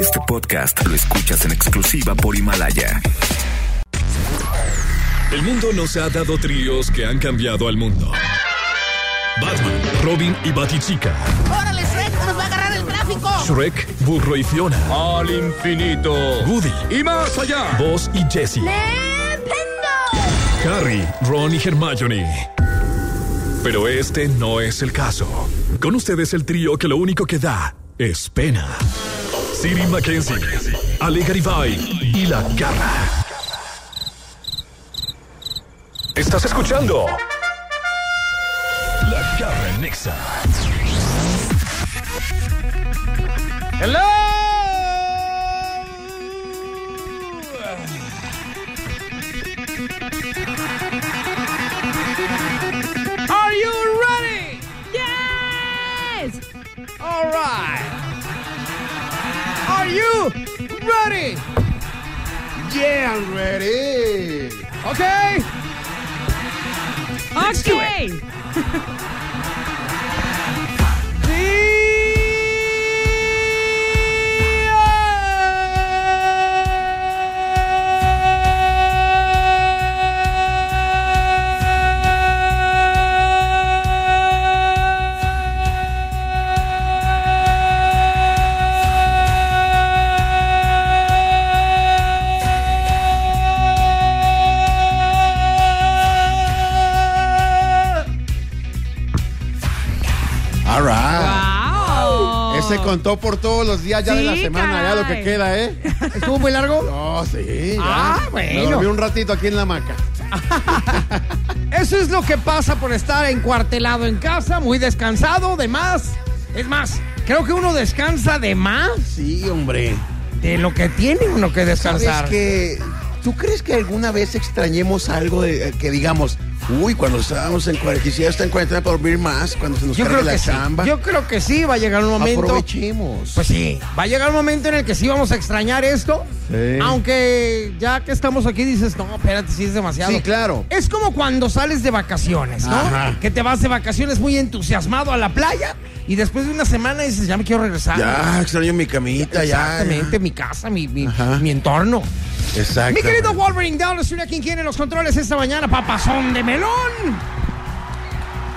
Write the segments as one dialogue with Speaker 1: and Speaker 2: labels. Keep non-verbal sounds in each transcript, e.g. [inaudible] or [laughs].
Speaker 1: Este podcast lo escuchas en exclusiva por Himalaya.
Speaker 2: El mundo nos ha dado tríos que han cambiado al mundo. Batman, Robin y Batichica.
Speaker 3: ¡Órale, Shrek! ¡Nos va a agarrar el tráfico!
Speaker 2: Shrek, Burro y Fiona.
Speaker 4: Al infinito.
Speaker 2: Woody,
Speaker 4: Y más allá.
Speaker 2: Buzz y Jessie. Harry, Ron y Hermione. Pero este no es el caso. Con ustedes el trío que lo único que da es pena. Siri Mackenzie, Ale Garibay y La Garra. Estás escuchando La Garra en Nexa.
Speaker 4: ¡Hello! Are you ready?
Speaker 5: Yes.
Speaker 4: All right. Are you ready? Yeah, I'm ready. Okay.
Speaker 5: Okay.
Speaker 4: [laughs]
Speaker 6: All right.
Speaker 5: Wow.
Speaker 6: Ese contó por todos los días ya de la
Speaker 5: Sí,
Speaker 6: semana, ya lo
Speaker 5: caray.
Speaker 6: que queda, ¿eh?
Speaker 3: ¿Estuvo muy largo?
Speaker 6: No, sí. ya.
Speaker 3: Ah,
Speaker 6: Me
Speaker 3: bueno.
Speaker 6: dormí un ratito aquí en la hamaca.
Speaker 3: Eso es lo que pasa por estar encuartelado en casa, muy descansado, de más. Es más, creo que uno descansa de más
Speaker 6: Sí, hombre.
Speaker 3: de lo que tiene uno que descansar.
Speaker 6: ¿Sabes que ¿Tú crees que alguna vez extrañemos algo de, eh, que digamos, uy, cuando estábamos en cuarentena, quisiera estar en cuarentena para dormir más, cuando se nos
Speaker 3: Yo
Speaker 6: cargue
Speaker 3: creo
Speaker 6: la
Speaker 3: que sí.
Speaker 6: chamba?
Speaker 3: Yo creo que sí va a llegar un momento.
Speaker 6: Aprovechemos.
Speaker 3: Pues sí, va a llegar un momento en el que sí vamos a extrañar esto.
Speaker 6: Sí.
Speaker 3: Aunque ya que estamos aquí dices, no, espérate, sí es demasiado.
Speaker 6: Sí, claro.
Speaker 3: Es como cuando sales de vacaciones, ¿no?
Speaker 6: Ajá.
Speaker 3: Que te vas de vacaciones muy entusiasmado a la playa y después de una semana dices, ya me quiero regresar.
Speaker 6: ya, extraño mi camita, ya.
Speaker 3: ah, Exactamente, mi casa, mi, mi,
Speaker 6: Ajá.
Speaker 3: mi entorno.
Speaker 6: Exacto.
Speaker 3: Mi querido Wolverine Dallas, una quien quiere los controles esta mañana, papazón de melón.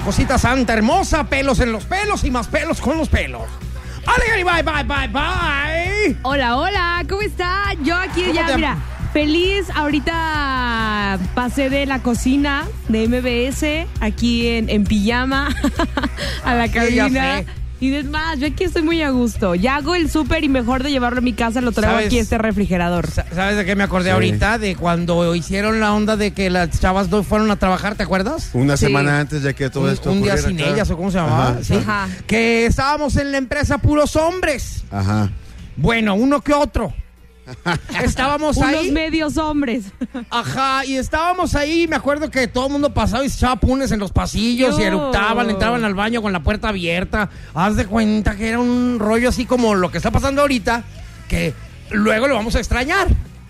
Speaker 3: Cosita santa hermosa, pelos en los pelos y más pelos con los pelos. Alegre, bye, bye, bye, bye.
Speaker 5: Hola, hola, ¿cómo está? Yo aquí
Speaker 3: ¿Cómo
Speaker 5: ya,
Speaker 3: te-
Speaker 5: mira, feliz. Ahorita pasé de la cocina de MBS aquí en, en pijama [laughs] a la
Speaker 3: Sí, ya
Speaker 5: cabina.
Speaker 3: sé.
Speaker 5: Y es más, yo aquí estoy muy a gusto. Ya hago el súper y mejor de llevarlo a mi casa lo traigo
Speaker 3: ¿Sabes?
Speaker 5: aquí a este refrigerador.
Speaker 3: Sa- ¿Sabes de qué me acordé ahorita? De cuando hicieron la onda de que las chavas no fueron a trabajar, ¿te acuerdas?
Speaker 6: Una
Speaker 5: Sí.
Speaker 6: semana antes de que todo
Speaker 3: un,
Speaker 6: esto
Speaker 3: un día
Speaker 6: ocurriera
Speaker 3: sin
Speaker 6: acá.
Speaker 3: ellas, o cómo se llamaba.
Speaker 6: Ajá,
Speaker 3: ¿sí?
Speaker 5: Ajá.
Speaker 3: Que estábamos en la empresa puros hombres.
Speaker 6: Ajá.
Speaker 3: Bueno, uno que
Speaker 6: [laughs]
Speaker 3: otro. Estábamos
Speaker 5: Unos
Speaker 3: ahí.
Speaker 5: medios hombres. [laughs]
Speaker 3: Ajá, y estábamos ahí, me acuerdo que todo el mundo pasaba y se echaba punes en los pasillos y
Speaker 5: No.
Speaker 3: eructaban, entraban al baño con la puerta abierta. Haz de cuenta que era un rollo así como lo que está pasando ahorita, que luego lo vamos a extrañar.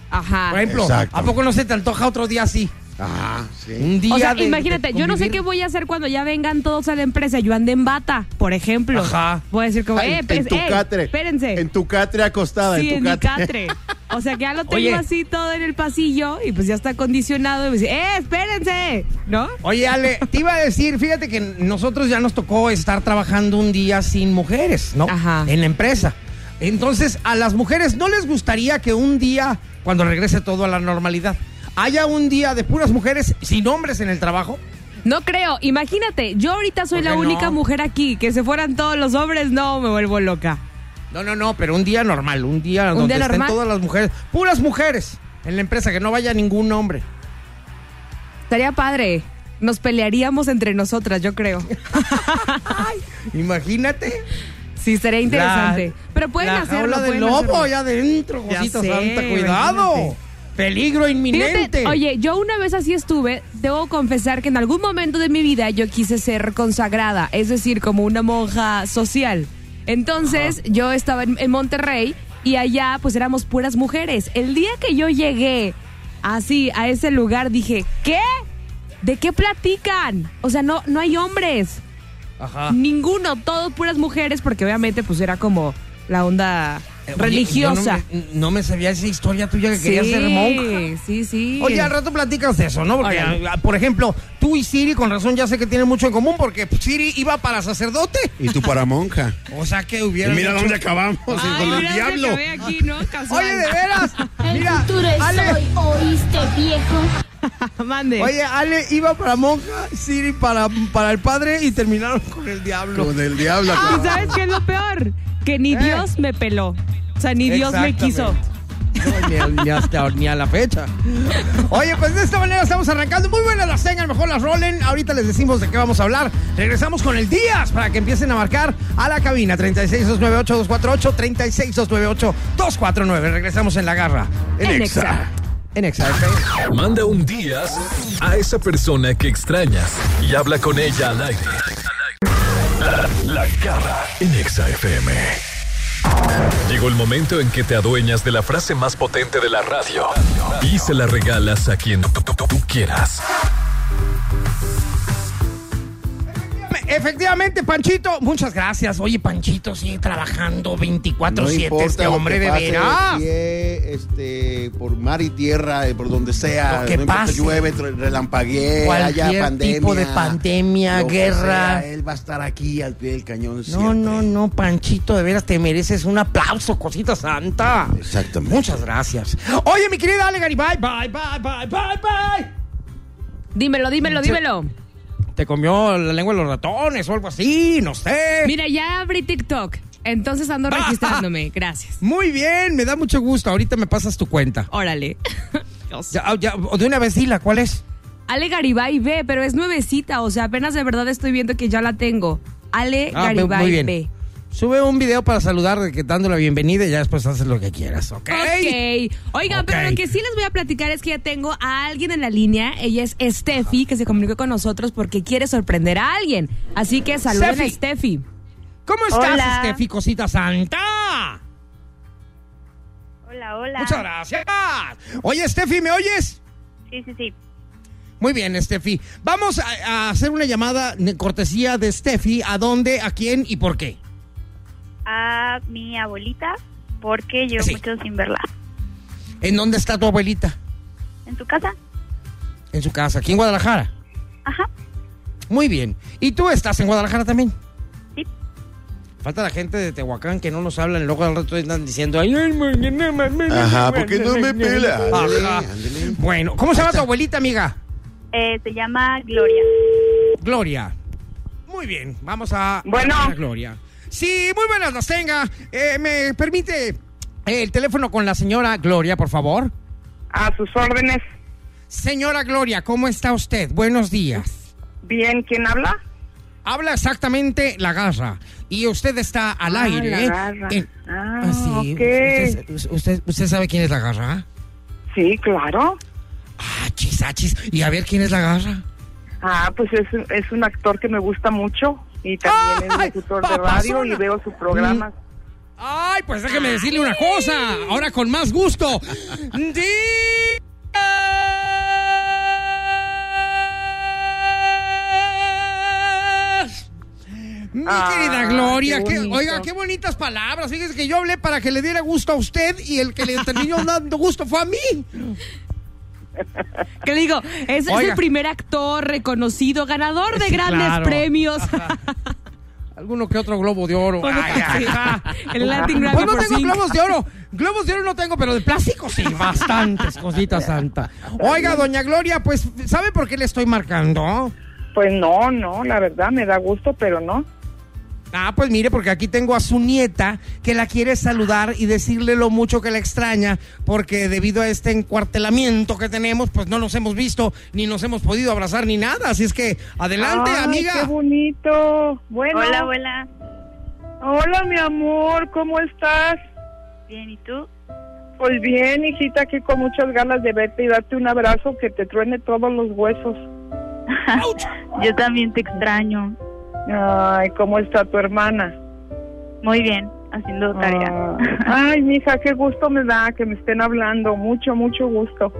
Speaker 5: Ajá.
Speaker 3: Por ejemplo,
Speaker 6: Exacto.
Speaker 3: ¿a poco no se te antoja otro día así?
Speaker 6: Ajá, sí.
Speaker 3: Un día
Speaker 5: O sea,
Speaker 3: de- de
Speaker 5: imagínate, yo no sé
Speaker 3: convivir.
Speaker 5: qué voy a hacer cuando ya vengan todos a la empresa. Yo ande en bata, por ejemplo.
Speaker 3: Ajá.
Speaker 5: Voy a decir como,
Speaker 6: Ay,
Speaker 5: eh, pues,
Speaker 6: en tu
Speaker 5: eh,
Speaker 6: catre.
Speaker 5: espérense.
Speaker 6: En tu catre acostada,
Speaker 5: sí,
Speaker 6: en
Speaker 5: en
Speaker 6: tu
Speaker 5: mi
Speaker 6: catre.
Speaker 5: catre. O sea, que ya lo tengo
Speaker 3: Oye.
Speaker 5: así todo en el pasillo y pues ya está acondicionado. Y me dice, ¡eh, espérense! ¿No?
Speaker 3: Oye, Ale, te iba a decir, fíjate que nosotros ya nos tocó estar trabajando un día sin mujeres, ¿no?
Speaker 5: Ajá.
Speaker 3: En la empresa. Entonces, a las mujeres no les gustaría que un día, cuando regrese todo a la normalidad, haya un día de puras mujeres sin hombres en el trabajo.
Speaker 5: No creo. Imagínate, yo ahorita soy
Speaker 3: ¿Por
Speaker 5: la
Speaker 3: qué no?
Speaker 5: única mujer aquí. Que se fueran todos los hombres, no, me vuelvo loca.
Speaker 3: No, no, no, pero un día normal, un día
Speaker 5: ¿Un
Speaker 3: donde
Speaker 5: día
Speaker 3: estén
Speaker 5: normal?
Speaker 3: todas las mujeres, puras mujeres en la empresa, que no vaya ningún hombre.
Speaker 5: Estaría padre. Nos pelearíamos entre nosotras, yo creo. [laughs]
Speaker 3: Imagínate.
Speaker 5: Sí, sería interesante.
Speaker 3: La-
Speaker 5: Pero pueden
Speaker 3: la
Speaker 5: hacerlo.
Speaker 3: jaula de
Speaker 5: pueden
Speaker 3: lobo
Speaker 5: hacerlo.
Speaker 3: allá adentro,
Speaker 5: Ya
Speaker 3: cosita
Speaker 5: sé,
Speaker 3: santa, cuidado.
Speaker 5: imagínate.
Speaker 3: Peligro
Speaker 5: Fíjate,
Speaker 3: inminente.
Speaker 5: oye, yo una vez así estuve, debo confesar que en algún momento de mi vida yo quise ser consagrada, es decir, como una monja social. Entonces yo estaba en, en Monterrey y allá pues éramos puras mujeres. El día que yo llegué así a ese lugar dije, ¿qué? ¿De qué platican? O sea, no, no hay hombres,
Speaker 3: Ajá.
Speaker 7: Mm,
Speaker 5: ninguno, todos puras mujeres, porque obviamente pues era como la onda
Speaker 3: Eh, oye,
Speaker 5: religiosa.
Speaker 3: yo no, me, no me sabía esa historia tuya que querías ser monja.
Speaker 5: Sí, sí.
Speaker 3: Oye, al rato platicas de eso, ¿no? Porque,
Speaker 5: Órale.
Speaker 3: ah, por ejemplo, tú y Siri, con razón, ya sé que tienen mucho en común, porque Siri iba para sacerdote.
Speaker 6: Y tú para monja.
Speaker 3: O sea que hubiera.
Speaker 6: Y mira dónde acabamos,
Speaker 5: Ay,
Speaker 6: con el
Speaker 5: mira, se
Speaker 6: diablo.
Speaker 5: acabé aquí, ¿no? Casual.
Speaker 3: [laughs] Oye, de veras.
Speaker 7: [laughs] El
Speaker 3: Mira,
Speaker 7: futuro es
Speaker 3: Ale,
Speaker 7: hoy, ¿oíste, viejo?
Speaker 5: [laughs] Mande.
Speaker 3: Oye, Ale iba para monja, Siri para, para el padre y terminaron con el diablo.
Speaker 6: Con el
Speaker 3: Ah,
Speaker 6: diablo.
Speaker 5: ¿Y sabes qué es lo peor? Que ni
Speaker 3: ¿Eh?
Speaker 5: Dios me peló. O sea, ni Dios me quiso.
Speaker 3: No, ni, ni hasta ni a la fecha. Oye, pues de esta manera estamos arrancando. Muy buenas las tengan, mejor las rolen. Ahorita les decimos de qué vamos a hablar. Regresamos con el Díaz para que empiecen a marcar a la cabina. 36298248, 36298249. Regresamos en la garra.
Speaker 5: En
Speaker 6: Exa.
Speaker 5: Exa.
Speaker 3: En Exa. FM.
Speaker 2: Manda un día a esa persona que extrañas y habla con ella al aire. La, la garra en Exa FM. Llegó el momento en que te adueñas de la frase más potente de la radio y se la regalas a quien tú- tú- tú quieras.
Speaker 3: Efectivamente, Panchito, muchas gracias. Oye, Panchito sigue trabajando 24-7 este
Speaker 6: lo
Speaker 3: hombre
Speaker 6: que
Speaker 3: de
Speaker 6: pase
Speaker 3: veras.
Speaker 6: pie, este, por mar y tierra, eh, por donde sea.
Speaker 3: Lo que
Speaker 6: no importa,
Speaker 3: pase.
Speaker 6: llueve, tr- relampaguee,
Speaker 3: Cualquier
Speaker 6: haya pandemia.
Speaker 3: tipo de pandemia,
Speaker 6: lo que
Speaker 3: guerra.
Speaker 6: sea, él va a estar aquí al pie del cañón
Speaker 3: No,
Speaker 6: siempre.
Speaker 3: no, no, Panchito, de veras te mereces un aplauso, cosita santa.
Speaker 6: Exactamente.
Speaker 3: Muchas gracias. Oye, mi querida Ale Garibay, bye, bye, bye, bye, bye.
Speaker 5: Dímelo, dímelo, dímelo.
Speaker 3: Te comió la lengua de los ratones o algo así, no sé.
Speaker 5: Mira, ya abrí TikTok.
Speaker 3: [laughs]
Speaker 5: Entonces ando
Speaker 3: Baja.
Speaker 5: registrándome. Gracias.
Speaker 3: Muy bien, me da mucho gusto. Ahorita me pasas tu cuenta.
Speaker 5: Órale. [laughs] Dios.
Speaker 3: Ya, ah, ya, de una vez dila, ¿cuál es?
Speaker 5: Ale Garibay B, pero es nuevecita. O sea, apenas de verdad estoy viendo que ya la tengo. Ale
Speaker 3: Ah, ve-
Speaker 5: Garibay
Speaker 3: muy bien.
Speaker 5: B.
Speaker 3: Sube un video para saludar, de que dando la bienvenida y ya después haces lo que quieras, ¿ok?
Speaker 5: Ok. Oigan,
Speaker 3: Ok.
Speaker 5: pero lo que sí les voy a platicar es que ya tengo a alguien en la línea. Ella es Steffi, que se comunicó con nosotros porque quiere sorprender a alguien. Así que saluden
Speaker 3: Steffi.
Speaker 5: a Steffi.
Speaker 3: ¿Cómo estás,
Speaker 8: Hola.
Speaker 3: Steffi, cosita santa?
Speaker 8: Hola, hola.
Speaker 3: Muchas gracias. Oye, Steffi, ¿me oyes?
Speaker 8: Sí, sí, sí.
Speaker 3: Muy bien, Steffi. Vamos a, a hacer una llamada de cortesía de Steffi. ¿A dónde, a quién y por qué?
Speaker 8: A mi abuelita, porque llevo
Speaker 3: Sí.
Speaker 8: mucho sin verla.
Speaker 3: ¿En dónde está tu abuelita?
Speaker 8: ¿En su casa?
Speaker 3: En su casa, aquí en Guadalajara.
Speaker 8: Ajá.
Speaker 3: Muy bien. ¿Y tú estás en Guadalajara también?
Speaker 8: Sí.
Speaker 3: Falta la gente de Tehuacán que no nos hablan y luego al rato andan diciendo... "Ay, ay, ay, ay, ay, ay, ay,
Speaker 6: Ajá,
Speaker 3: ay,
Speaker 6: ¿por qué
Speaker 3: ay,
Speaker 6: no
Speaker 3: ay,
Speaker 6: me
Speaker 3: ay,
Speaker 6: pela?
Speaker 3: ay".
Speaker 6: Ándele,
Speaker 3: Ajá.
Speaker 6: ándele.
Speaker 3: Bueno, ¿cómo se llama tu abuelita, amiga?
Speaker 8: Eh, se llama Gloria.
Speaker 3: Gloria. Muy bien, vamos a.
Speaker 8: Bueno.
Speaker 3: a Gloria. Sí, muy buenas las tenga. Eh, ¿Me permite eh, el teléfono con la señora Gloria, por favor?
Speaker 9: A sus órdenes.
Speaker 3: Señora Gloria, ¿cómo está usted? Buenos días.
Speaker 9: Bien, ¿quién habla?
Speaker 3: Habla exactamente la garra. Y usted está al
Speaker 9: Ah,
Speaker 3: aire.
Speaker 9: la
Speaker 3: ¿eh?
Speaker 9: garra.
Speaker 3: En-
Speaker 9: Ah,
Speaker 3: Ah, sí.
Speaker 9: ok.
Speaker 3: Usted, usted- usted sabe quién es la garra?
Speaker 9: Sí, claro.
Speaker 3: Ah, chis, ah, chis. Y a ver quién es la garra.
Speaker 9: Ah, pues es, un- es un actor que me gusta mucho y también
Speaker 3: ¡Ay, Mm.
Speaker 9: es locutor de
Speaker 3: papazona!
Speaker 9: radio y veo su programa.
Speaker 3: Ay, pues déjeme decirle una cosa, ahora con más gusto.
Speaker 9: [laughs]
Speaker 3: Díaz. Mi
Speaker 9: Ah,
Speaker 3: querida Gloria,
Speaker 9: qué
Speaker 3: qué-
Speaker 9: bonito.
Speaker 3: oiga, qué bonitas palabras. Fíjese que yo hablé para que le diera gusto a usted y el que le terminó [laughs] dando gusto fue a mí.
Speaker 5: Que le digo, es, es
Speaker 3: Oiga.
Speaker 5: el primer actor reconocido, ganador de
Speaker 3: Sí,
Speaker 5: grandes
Speaker 3: claro.
Speaker 5: premios.
Speaker 3: Alguno que otro globo de oro.
Speaker 5: [laughs] Por lo
Speaker 3: Ay,
Speaker 5: que
Speaker 3: ay,
Speaker 5: sí.
Speaker 3: ay.
Speaker 5: El Latin Grammy
Speaker 3: Pues no
Speaker 5: por
Speaker 3: tengo
Speaker 5: cinco.
Speaker 3: globos de oro. Globos de oro no tengo, pero de plástico sí, bastantes, cosita santa. Oiga, doña Gloria, pues, ¿sabe por qué le estoy marcando?
Speaker 9: Pues no, no, la verdad me da gusto, pero no.
Speaker 3: Ah, pues mire, porque aquí tengo a su nieta que la quiere saludar y decirle lo mucho que la extraña, porque debido a este encuartelamiento que tenemos, pues no nos hemos visto, ni nos hemos podido abrazar, ni nada. Así es que, adelante,
Speaker 9: Ay,
Speaker 3: amiga.
Speaker 9: Qué bonito. Bueno.
Speaker 8: Hola, abuela.
Speaker 9: Hola, mi amor, ¿cómo estás?
Speaker 8: Bien, ¿y tú?
Speaker 9: Pues bien, hijita, aquí con muchas ganas de verte y darte un abrazo que te truene todos los huesos.
Speaker 8: Yo también te extraño.
Speaker 9: Ay, ¿cómo está tu hermana?
Speaker 8: Muy bien, haciendo tarea.
Speaker 9: Ah, Ay, mija, qué gusto me da que me estén hablando. Mucho, mucho gusto.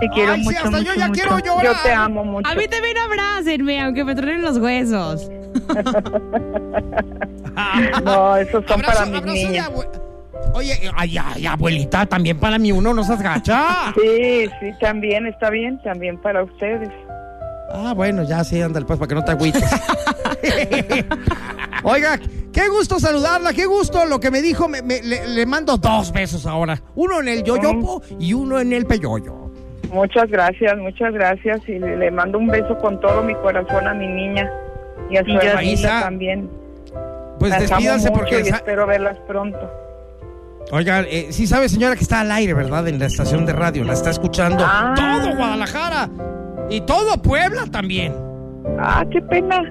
Speaker 8: te quiero
Speaker 3: Ay, sí,
Speaker 8: mucho,
Speaker 3: hasta
Speaker 8: mucho,
Speaker 3: yo ya
Speaker 8: mucho.
Speaker 3: quiero llorar.
Speaker 9: Yo te amo mucho.
Speaker 5: A mí también abrácenme, aunque me truenen los huesos.
Speaker 9: No, esos son para mis
Speaker 3: abrazo de
Speaker 9: niñas.
Speaker 3: abue- Oye, eh, ay, ay, abuelita, también para mí uno no se gacha.
Speaker 9: Sí, sí, también está bien, también para ustedes.
Speaker 3: Ah, bueno, ya sí, anda pues para que no te agüites. Oiga, qué gusto saludarla, qué gusto lo que me dijo. me- me- le, le mando dos besos ahora. Uno en el yoyopo y uno en el peyoyo.
Speaker 9: Muchas gracias, muchas gracias y le le mando un beso con todo mi corazón a mi niña y a su
Speaker 8: Y yo a ti.
Speaker 9: hermanita
Speaker 3: Isa.
Speaker 9: también.
Speaker 3: Pues
Speaker 9: Las amo
Speaker 3: despídanse
Speaker 9: mucho
Speaker 3: porque...
Speaker 9: y
Speaker 3: sa-
Speaker 9: espero verlas pronto.
Speaker 3: Oiga, eh, sí sabe señora que está al aire, ¿verdad? En la estación de radio, la está escuchando
Speaker 9: Ah.
Speaker 3: todo Guadalajara y todo Puebla también.
Speaker 9: Ah, qué pena.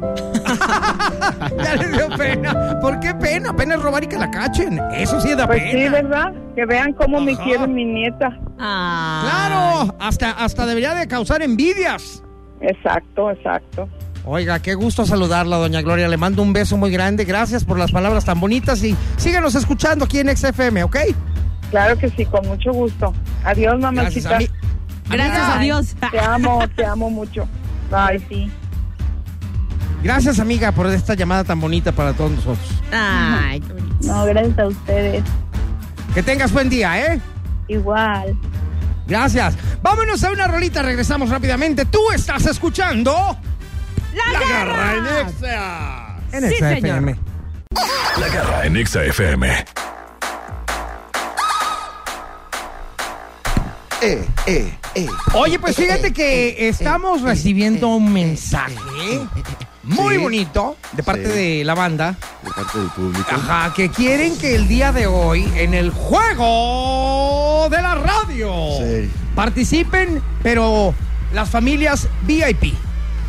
Speaker 3: [laughs] Ya les dio pena. ¿Por qué pena? Pena es robar y que la cachen. Eso sí da
Speaker 9: Pues sí,
Speaker 3: pena.
Speaker 9: ¿verdad? Que vean cómo me
Speaker 3: Ajá.
Speaker 9: quiere mi nieta.
Speaker 5: Ah.
Speaker 3: claro, hasta, hasta debería de causar envidias.
Speaker 9: Exacto, exacto.
Speaker 3: Oiga, qué gusto saludarla, doña Gloria. Le mando un beso muy grande. Gracias por las palabras tan bonitas y síganos escuchando aquí en XFM, ¿ok?
Speaker 9: Claro que sí, con mucho gusto. Adiós,
Speaker 3: Gracias
Speaker 9: mamacita.
Speaker 3: a mí.
Speaker 5: Gracias a Dios.
Speaker 9: Te amo, te amo mucho. Bye.
Speaker 8: Sí.
Speaker 3: Gracias, amiga, por esta llamada tan bonita para todos nosotros.
Speaker 5: Ay, qué bonito.
Speaker 8: No, gracias a ustedes.
Speaker 3: Que tengas buen día, ¿eh?
Speaker 8: Igual.
Speaker 3: Gracias. Vámonos a una rolita, regresamos rápidamente. Tú estás escuchando
Speaker 5: ¡La, garra!
Speaker 3: ¿eh? en
Speaker 5: Sí,
Speaker 3: XFM.
Speaker 5: señor.
Speaker 2: La garra en Exa FM.
Speaker 6: Eh, eh, eh.
Speaker 3: Oye, pues fíjate que estamos recibiendo
Speaker 6: eh,
Speaker 3: un mensaje muy
Speaker 6: Sí.
Speaker 3: bonito de parte
Speaker 6: Sí.
Speaker 3: de la banda.
Speaker 6: De parte del público.
Speaker 3: Ajá, que quieren que el día de hoy, en el juego de la radio,
Speaker 6: Sí.
Speaker 3: participen, pero las familias VIP.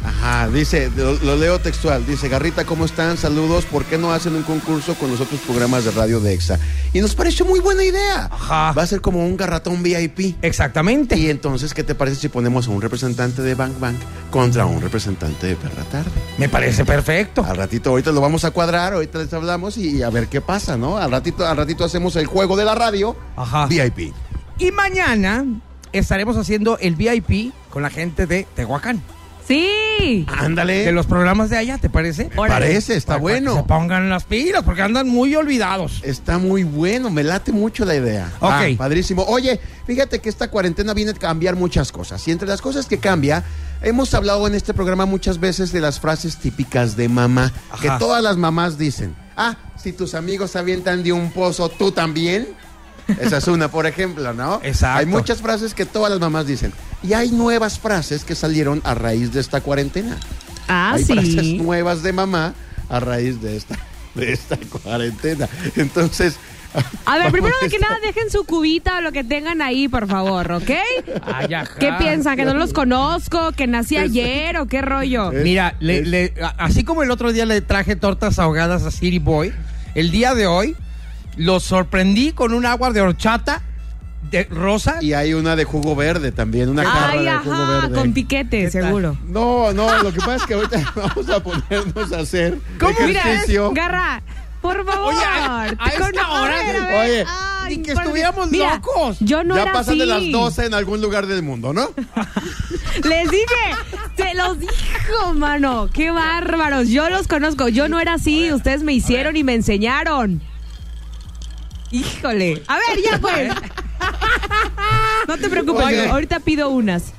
Speaker 6: Ajá, dice, lo, lo leo textual, dice, Garrita, ¿cómo están? Saludos, ¿por qué no hacen un concurso con los otros programas de radio de EXA? Y nos pareció muy buena idea.
Speaker 3: Ajá. Este.
Speaker 6: Va a ser como un garratón VIP.
Speaker 3: Exactamente.
Speaker 6: Y entonces, ¿qué te parece si ponemos a un representante de Bank Bank contra un representante de Perra Tarde?
Speaker 3: Me parece perfecto.
Speaker 6: Al ratito, ahorita lo vamos a cuadrar, ahorita les hablamos y a ver qué pasa, ¿no? Al ratito, al ratito hacemos el juego de la radio
Speaker 3: Ajá.
Speaker 6: VIP.
Speaker 3: Y mañana estaremos haciendo el VIP con la gente de Tehuacán.
Speaker 5: Sí.
Speaker 6: Ándale.
Speaker 3: De los programas de allá, ¿te parece?
Speaker 6: Parece, está
Speaker 3: Para- para que
Speaker 6: bueno.
Speaker 3: se pongan las pilas porque andan muy olvidados.
Speaker 6: Está muy bueno, me late mucho la idea.
Speaker 3: Ok.
Speaker 6: Ah, padrísimo. Oye, fíjate que esta cuarentena viene a cambiar muchas cosas. Y entre las cosas que cambia, hemos hablado en este programa muchas veces de las frases típicas de mamá,
Speaker 3: Ajá.
Speaker 6: que todas las mamás dicen. Ah, si tus amigos se avientan de un pozo, ¿tú también? Esa es una, por ejemplo, ¿no?
Speaker 3: Exacto.
Speaker 6: Hay muchas frases que todas las mamás dicen. Y hay nuevas frases que salieron a raíz de esta cuarentena.
Speaker 5: Ah,
Speaker 6: Hay frases
Speaker 5: sí.
Speaker 6: nuevas de mamá a raíz de esta, de esta cuarentena. Entonces.
Speaker 5: A ver,
Speaker 6: vamos
Speaker 5: primero
Speaker 6: a
Speaker 5: de que
Speaker 6: estar-
Speaker 5: nada, dejen su cubita o lo que tengan ahí, por favor, ¿ok?
Speaker 3: Ay, ajá.
Speaker 5: ¿Qué piensan? ¿Que no los conozco? ¿Que nací ayer o qué rollo?
Speaker 6: Es-
Speaker 3: Mira, le-
Speaker 6: es-
Speaker 3: le- a- así como el otro día le traje tortas ahogadas a City Boy, el día de hoy los sorprendí con un agua de horchata de rosa.
Speaker 6: Y hay una de jugo verde también, una jarra
Speaker 5: Ay,
Speaker 6: de jugo
Speaker 5: ajá,
Speaker 6: verde.
Speaker 5: con piquete,
Speaker 3: tal?
Speaker 5: seguro.
Speaker 6: No, no, lo que pasa es que ahorita [laughs] vamos a ponernos a hacer
Speaker 5: Mira,
Speaker 6: ejercicio.
Speaker 5: Garra, por favor.
Speaker 3: Oye, a- a
Speaker 5: te
Speaker 3: esta
Speaker 5: con- a
Speaker 3: hora,
Speaker 5: ver, a ver,
Speaker 6: oye,
Speaker 5: ay,
Speaker 3: ni que
Speaker 5: por-
Speaker 3: estuviéramos
Speaker 5: Mira,
Speaker 3: locos.
Speaker 5: Yo no
Speaker 6: ya
Speaker 5: era
Speaker 6: pasan de
Speaker 5: así.
Speaker 6: las 12 en algún lugar del mundo, ¿no?
Speaker 5: Les dije, se los dijo, mano. Qué bárbaros. Yo los conozco. Yo no era así. Ustedes me hicieron y me enseñaron. Híjole. A ver, ya pues. No te preocupes,
Speaker 6: Oye.
Speaker 5: ahorita pido unas.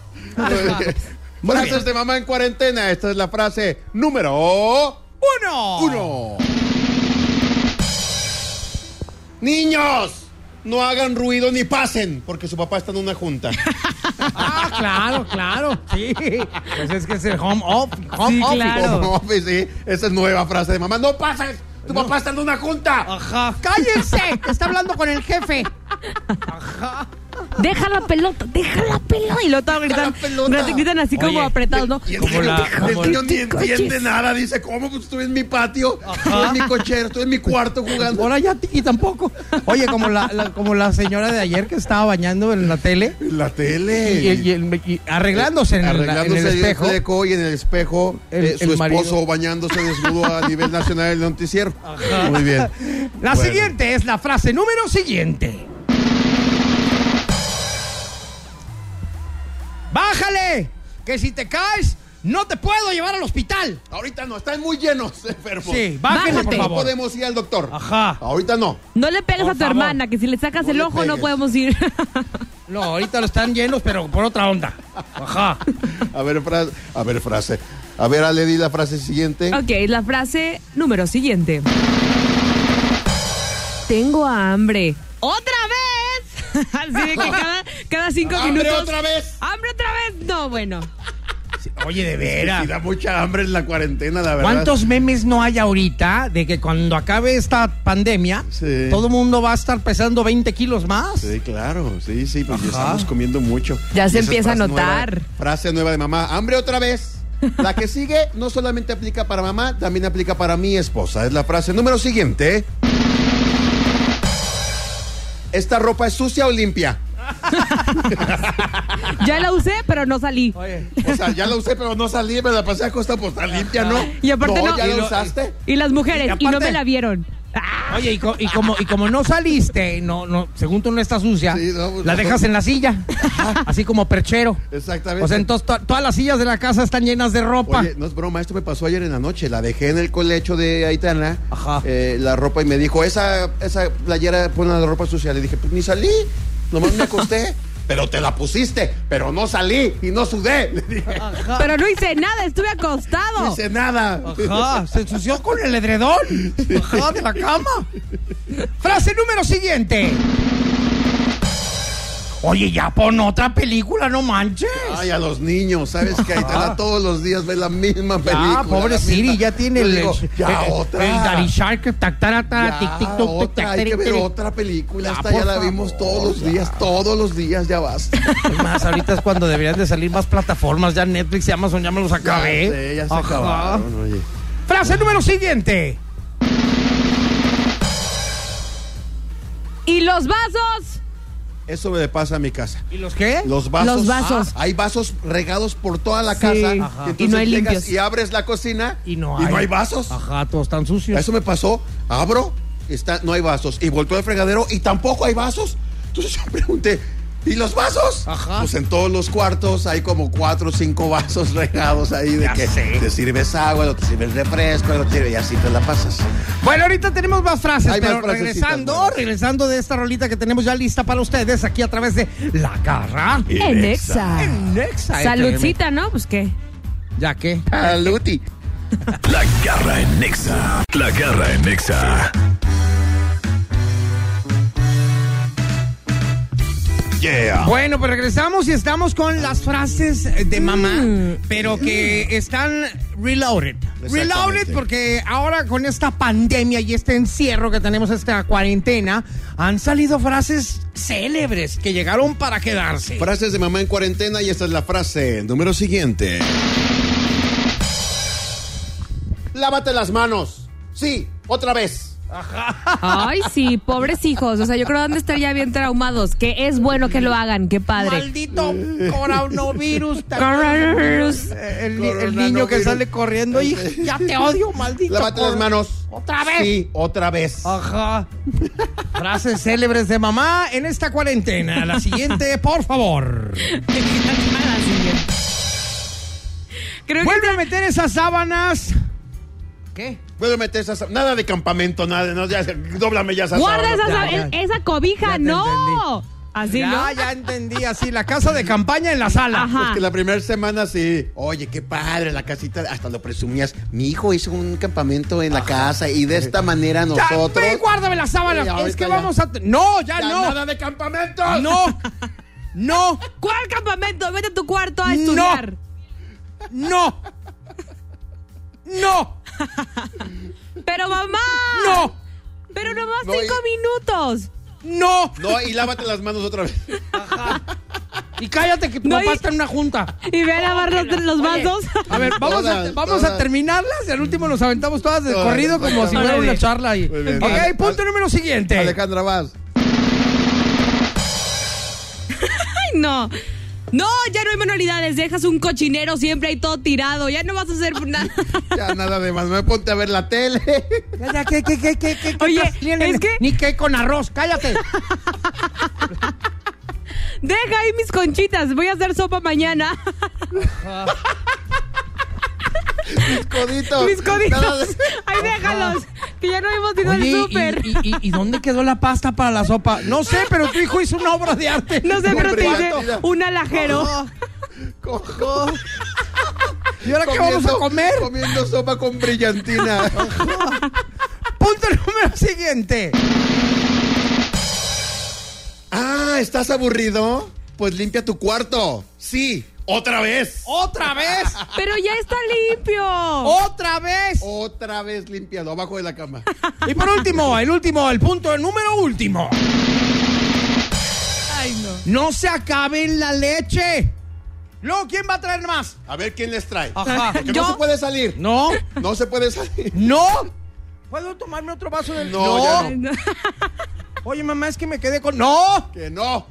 Speaker 6: Frases de mamá en cuarentena. Esta es la frase número
Speaker 3: ¡Uno!
Speaker 6: uno. Niños, no hagan ruido ni pasen, porque su papá está en una junta.
Speaker 3: Ah, claro, claro. Sí. Pues es que es el home off- home
Speaker 5: Sí,
Speaker 3: office.
Speaker 5: claro.
Speaker 6: Como office, sí. Esa es nueva frase de mamá. No pases, tu papá está en una junta.
Speaker 3: Ajá. ¡Cállense! que Está hablando con el jefe.
Speaker 5: Deja la pelota, deja la pelota. Y luego todos gritan, gritan así como
Speaker 3: Oye,
Speaker 5: apretados, ¿no?
Speaker 6: Y el
Speaker 3: Como
Speaker 6: niño,
Speaker 3: la-
Speaker 6: el
Speaker 3: como
Speaker 6: niño
Speaker 5: el-
Speaker 6: ni entiende nada, dice, ¿cómo? Pues estoy en mi patio, estoy en mi cochero, estoy en mi cuarto jugando.
Speaker 3: Ahora ya Tiki tampoco. Oye, como la, la- como la señora de ayer que estaba bañando en la tele
Speaker 6: En La
Speaker 3: y,
Speaker 6: tele.
Speaker 3: y- y el- y arreglándose en, la- en
Speaker 6: Arreglándose
Speaker 3: el espejo.
Speaker 6: fleco y en el espejo
Speaker 3: El-
Speaker 6: eh, su
Speaker 3: el
Speaker 6: esposo
Speaker 3: marido.
Speaker 6: bañándose desnudo a nivel nacional en el noticiero. Muy bien.
Speaker 3: La
Speaker 6: Bueno.
Speaker 3: siguiente es la frase número siguiente. ¡Bájale! Que si te caes, No te puedo llevar al hospital.
Speaker 6: Ahorita no, están muy llenos, [laughs] enfermos.
Speaker 3: Sí, bájenle,
Speaker 5: Bájate.
Speaker 3: por
Speaker 6: No
Speaker 3: favor.
Speaker 6: podemos ir al doctor.
Speaker 3: Ajá.
Speaker 6: Ahorita no.
Speaker 5: No le pegues
Speaker 3: Por
Speaker 5: a tu
Speaker 3: favor.
Speaker 5: hermana, que si le sacas
Speaker 6: No
Speaker 5: el
Speaker 6: le
Speaker 5: ojo no
Speaker 6: pegues.
Speaker 5: podemos ir.
Speaker 3: No, ahorita lo están llenos, pero por otra onda. Ajá.
Speaker 6: A ver, frase. A ver, frase. A ver, Ale, di la frase siguiente.
Speaker 5: ok, la frase número siguiente. Tengo hambre. ¡Otra vez! [laughs] Así de que cada, cada cinco
Speaker 6: ¡Hambre
Speaker 5: minutos.
Speaker 6: otra vez!
Speaker 5: ¡Hambre otra vez! No, bueno.
Speaker 3: Oye, de
Speaker 6: Y
Speaker 3: veras.
Speaker 6: da mucha hambre en la cuarentena, la verdad.
Speaker 3: ¿Cuántos memes no hay ahorita de que cuando acabe esta pandemia,
Speaker 6: Sí.
Speaker 3: todo el mundo va a estar pesando 20 kilos más?
Speaker 6: Sí, claro, sí, sí, pues ya
Speaker 3: Ajá.
Speaker 6: estamos comiendo mucho.
Speaker 5: Ya
Speaker 6: Y esa
Speaker 5: se
Speaker 6: es
Speaker 5: empieza a
Speaker 6: frase
Speaker 5: notar.
Speaker 6: nueva, frase nueva de mamá, hambre otra vez. La que sigue no solamente aplica para mamá, también aplica para mi esposa. Es la frase número siguiente. ¿Esta ropa es sucia o limpia?
Speaker 5: [laughs] Ya la usé, pero no salí.
Speaker 3: Oye.
Speaker 6: O sea, ya la usé, pero no salí, me la pasé a costa, pues está limpia, ¿no?
Speaker 5: Y aparte no-
Speaker 6: ¿Ya
Speaker 5: y
Speaker 6: la
Speaker 5: no-
Speaker 6: usaste?
Speaker 5: Y las mujeres,
Speaker 3: Y
Speaker 5: y,
Speaker 3: aparte-
Speaker 5: no me la vieron. ¡Ah!
Speaker 3: Oye, y, co- y como, y como no saliste, no, no, según tú no estás sucia,
Speaker 6: Sí, no, pues,
Speaker 3: la
Speaker 6: no.
Speaker 3: dejas en la silla, así como perchero.
Speaker 6: Exactamente.
Speaker 3: O sea, entonces to- todas las sillas de la casa están llenas de ropa.
Speaker 6: Oye, no es broma, esto me pasó ayer en la noche. La dejé en el colecho de Aitana,
Speaker 3: Ajá.
Speaker 6: eh, la ropa, y me dijo, esa, esa playera pone la ropa sucia. Le dije, pues ni salí, nomás
Speaker 3: [laughs]
Speaker 6: me acosté. pero te la pusiste, pero no salí y no sudé. [laughs] Le dije,
Speaker 5: Pero no hice nada, estuve
Speaker 6: no
Speaker 5: acostado.
Speaker 6: hice nada.
Speaker 3: Ajá, se ensució con el edredón. Ajá, de la cama. Frase número siguiente. Oye, ya pon otra película, no manches.
Speaker 6: Ay, a los niños, ¿sabes que Aitana todos los días ve la misma película.
Speaker 3: Ah, pobre
Speaker 6: la
Speaker 3: Siri,
Speaker 6: misma.
Speaker 3: ya tiene
Speaker 6: Yo
Speaker 3: el,
Speaker 6: digo,
Speaker 3: el-
Speaker 6: ya
Speaker 3: el-
Speaker 6: otra.
Speaker 3: el Daddy Shark, tac, tara, tara,
Speaker 6: Ya,
Speaker 3: tic, tic, toc, toc,
Speaker 6: otra,
Speaker 3: tac,
Speaker 6: hay que
Speaker 3: tic,
Speaker 6: ver
Speaker 3: tic.
Speaker 6: otra película,
Speaker 3: Ya,
Speaker 6: esta
Speaker 3: por
Speaker 6: ya la vimos
Speaker 3: favor,
Speaker 6: todos los
Speaker 3: ya.
Speaker 6: días, todos los días, ya basta.
Speaker 3: Es más, ahorita es cuando deberían de salir más plataformas, ya Netflix y Amazon ya me los
Speaker 6: Ya
Speaker 3: acabé.
Speaker 6: sé, ya se
Speaker 3: Ajá.
Speaker 6: acabaron, oye.
Speaker 3: Frase número siguiente.
Speaker 5: Y los vasos.
Speaker 6: Eso me pasa a mi casa.
Speaker 3: ¿Y los qué?
Speaker 6: Los vasos.
Speaker 5: Los vasos.
Speaker 6: Ah, hay vasos regados por toda la
Speaker 5: Sí.
Speaker 6: casa.
Speaker 5: Ajá.
Speaker 6: entonces
Speaker 5: Y no hay
Speaker 6: llegas
Speaker 5: limpios.
Speaker 6: Y abres la cocina
Speaker 3: Y no hay.
Speaker 6: vasos.
Speaker 3: Ajá, todos están sucios.
Speaker 6: Eso me pasó. Abro, está, no hay vasos. Y volteo al fregadero y tampoco hay vasos. Entonces yo pregunté, ¿y los vasos?
Speaker 3: Ajá.
Speaker 6: Pues en todos los cuartos hay como cuatro o cinco vasos [laughs] regados ahí de
Speaker 3: Ya
Speaker 6: que
Speaker 3: sé.
Speaker 6: te sirves agua, no te sirves refresco, no te, y así te la pasas.
Speaker 3: Bueno, ahorita tenemos más frases,
Speaker 6: Hay más
Speaker 3: pero
Speaker 6: frasecitas
Speaker 3: regresando,
Speaker 6: buenas.
Speaker 3: regresando de esta rolita que tenemos ya lista para ustedes aquí a través de La Garra.
Speaker 5: En Exa.
Speaker 3: En Nexa
Speaker 6: eh,
Speaker 3: FM.
Speaker 5: Saludcita, ¿no? Pues qué.
Speaker 3: ¿Ya qué?
Speaker 6: Saluti.
Speaker 2: La garra en Nexa. La garra en Nexa.
Speaker 6: Yeah.
Speaker 3: Bueno, pues regresamos y estamos con las frases de mamá,
Speaker 5: Mm.
Speaker 3: pero que están reloaded. Reloaded porque ahora con esta pandemia y este encierro que tenemos, esta cuarentena, han salido frases célebres que llegaron para quedarse.
Speaker 6: Frases de mamá en cuarentena y esta es la frase. Número siguiente. Lávate las manos. Sí, otra vez.
Speaker 5: Ay, sí, pobres hijos. O sea, yo creo que han de estar ya bien traumados. Que es bueno que lo hagan, qué padre.
Speaker 3: Maldito coronavirus.
Speaker 5: Coronavirus.
Speaker 3: El, el niño que
Speaker 6: Coronavirus.
Speaker 3: sale corriendo y ya te odio, maldito.
Speaker 6: Lávate las
Speaker 3: cor-
Speaker 6: manos.
Speaker 3: Otra vez. Ah.
Speaker 6: Sí, otra vez.
Speaker 3: Ajá. Frases célebres de mamá en esta cuarentena. La siguiente, por favor.
Speaker 5: [laughs] Creo que
Speaker 3: Vuelve a meter esas sábanas. ¿Qué?
Speaker 6: Puedo meter esas. Nada de campamento, nada. de- No, ya, dóblame ya esas.
Speaker 5: guarda
Speaker 6: sábanas.
Speaker 5: esa, e-,
Speaker 3: Ya, ya.
Speaker 5: esa
Speaker 3: Ya
Speaker 5: cobija,
Speaker 3: te
Speaker 5: no.
Speaker 3: entendí.
Speaker 5: Así,
Speaker 3: ya,
Speaker 5: ¿no?
Speaker 3: ya entendí, así, la casa de campaña en la sala.
Speaker 5: Ajá.
Speaker 6: Es que la primera semana sí. Oye, qué padre, la casita. Hasta lo presumías. Mi hijo hizo un campamento en la casa y de esta manera
Speaker 3: Ah. Ya,
Speaker 6: nosotros.
Speaker 3: ve, guárdame las sábanas.
Speaker 6: Sí, ahorita
Speaker 3: es que
Speaker 6: ya.
Speaker 3: vamos a. No, ya,
Speaker 6: Ya
Speaker 3: no.
Speaker 6: Nada de campamento.
Speaker 3: Ah, No. No.
Speaker 5: ¿Cuál campamento? Vete a tu cuarto a
Speaker 3: No.
Speaker 5: estudiar.
Speaker 3: No. No.
Speaker 5: Pero mamá.
Speaker 3: No.
Speaker 5: Pero nomás
Speaker 6: No,
Speaker 5: cinco
Speaker 6: y-
Speaker 5: minutos.
Speaker 3: No.
Speaker 6: No, y lávate las manos otra vez.
Speaker 3: Y cállate que tu
Speaker 5: No,
Speaker 3: papá
Speaker 5: y-
Speaker 3: está en una junta.
Speaker 5: Y ve a lavar los, los
Speaker 3: Oye,
Speaker 5: vasos.
Speaker 3: A ver, vamos, a,
Speaker 6: Todas,
Speaker 3: vamos a
Speaker 6: todas.
Speaker 3: terminarlas y al último nos aventamos todas de
Speaker 6: Todas,
Speaker 3: corrido como si
Speaker 6: exactamente.
Speaker 3: fuera una
Speaker 5: Órale.
Speaker 3: charla ahí.
Speaker 6: Muy bien.
Speaker 3: Ok,
Speaker 6: Ale-
Speaker 3: punto número siguiente.
Speaker 6: Alejandra, vas.
Speaker 5: Ay, no. No, ya no hay manualidades. Dejas un cochinero siempre ahí todo tirado. Ya no vas a hacer nada.
Speaker 3: [laughs]
Speaker 6: Ya nada de más, me ponte a ver la tele.
Speaker 3: Ya, ya, ¿Qué, qué, qué, qué, qué, qué
Speaker 5: Oye,
Speaker 3: estás- ni- ni-
Speaker 5: es que-
Speaker 3: Ni que con arroz, cállate.
Speaker 5: Deja ahí mis conchitas. Voy a hacer sopa mañana.
Speaker 6: Mis coditos.
Speaker 5: [laughs] Mis coditos.
Speaker 6: Todos-
Speaker 5: Ahí déjalos. Que ya no hemos ido al
Speaker 3: Oye, ¿y-
Speaker 5: súper.
Speaker 3: y, y- y dónde quedó la pasta para la sopa? No sé, pero tu hijo hizo una obra de arte.
Speaker 5: No sé, pero te hice
Speaker 6: Compré-
Speaker 5: un alajero.
Speaker 6: Cojo.
Speaker 3: [laughs] ¿Y ahora qué vamos a
Speaker 6: Comiendo-
Speaker 3: comer?
Speaker 6: Comiendo sopa con brillantina.
Speaker 3: [laughs] Punto número siguiente.
Speaker 6: ah, ¿estás aburrido? Pues limpia tu cuarto. Sí, otra vez.
Speaker 3: ¡Otra vez!
Speaker 5: Pero ya está limpio.
Speaker 3: ¡Otra vez!
Speaker 6: Otra vez limpiado, abajo de la cama.
Speaker 3: Y por último, el último, el punto, el número último.
Speaker 5: Ay, no.
Speaker 3: ¡No se acabe la leche! Luego, ¿quién va a traer más?
Speaker 6: A ver quién les trae.
Speaker 3: Ajá.
Speaker 6: Porque
Speaker 5: Yo-
Speaker 6: no se puede salir.
Speaker 3: ¿No?
Speaker 6: No se puede salir.
Speaker 3: ¿No? ¿Puedo tomarme otro vaso del...
Speaker 6: No, ya
Speaker 5: Ay, no.
Speaker 3: Oye, mamá, es que me quedé con... ¡No!
Speaker 6: Que no.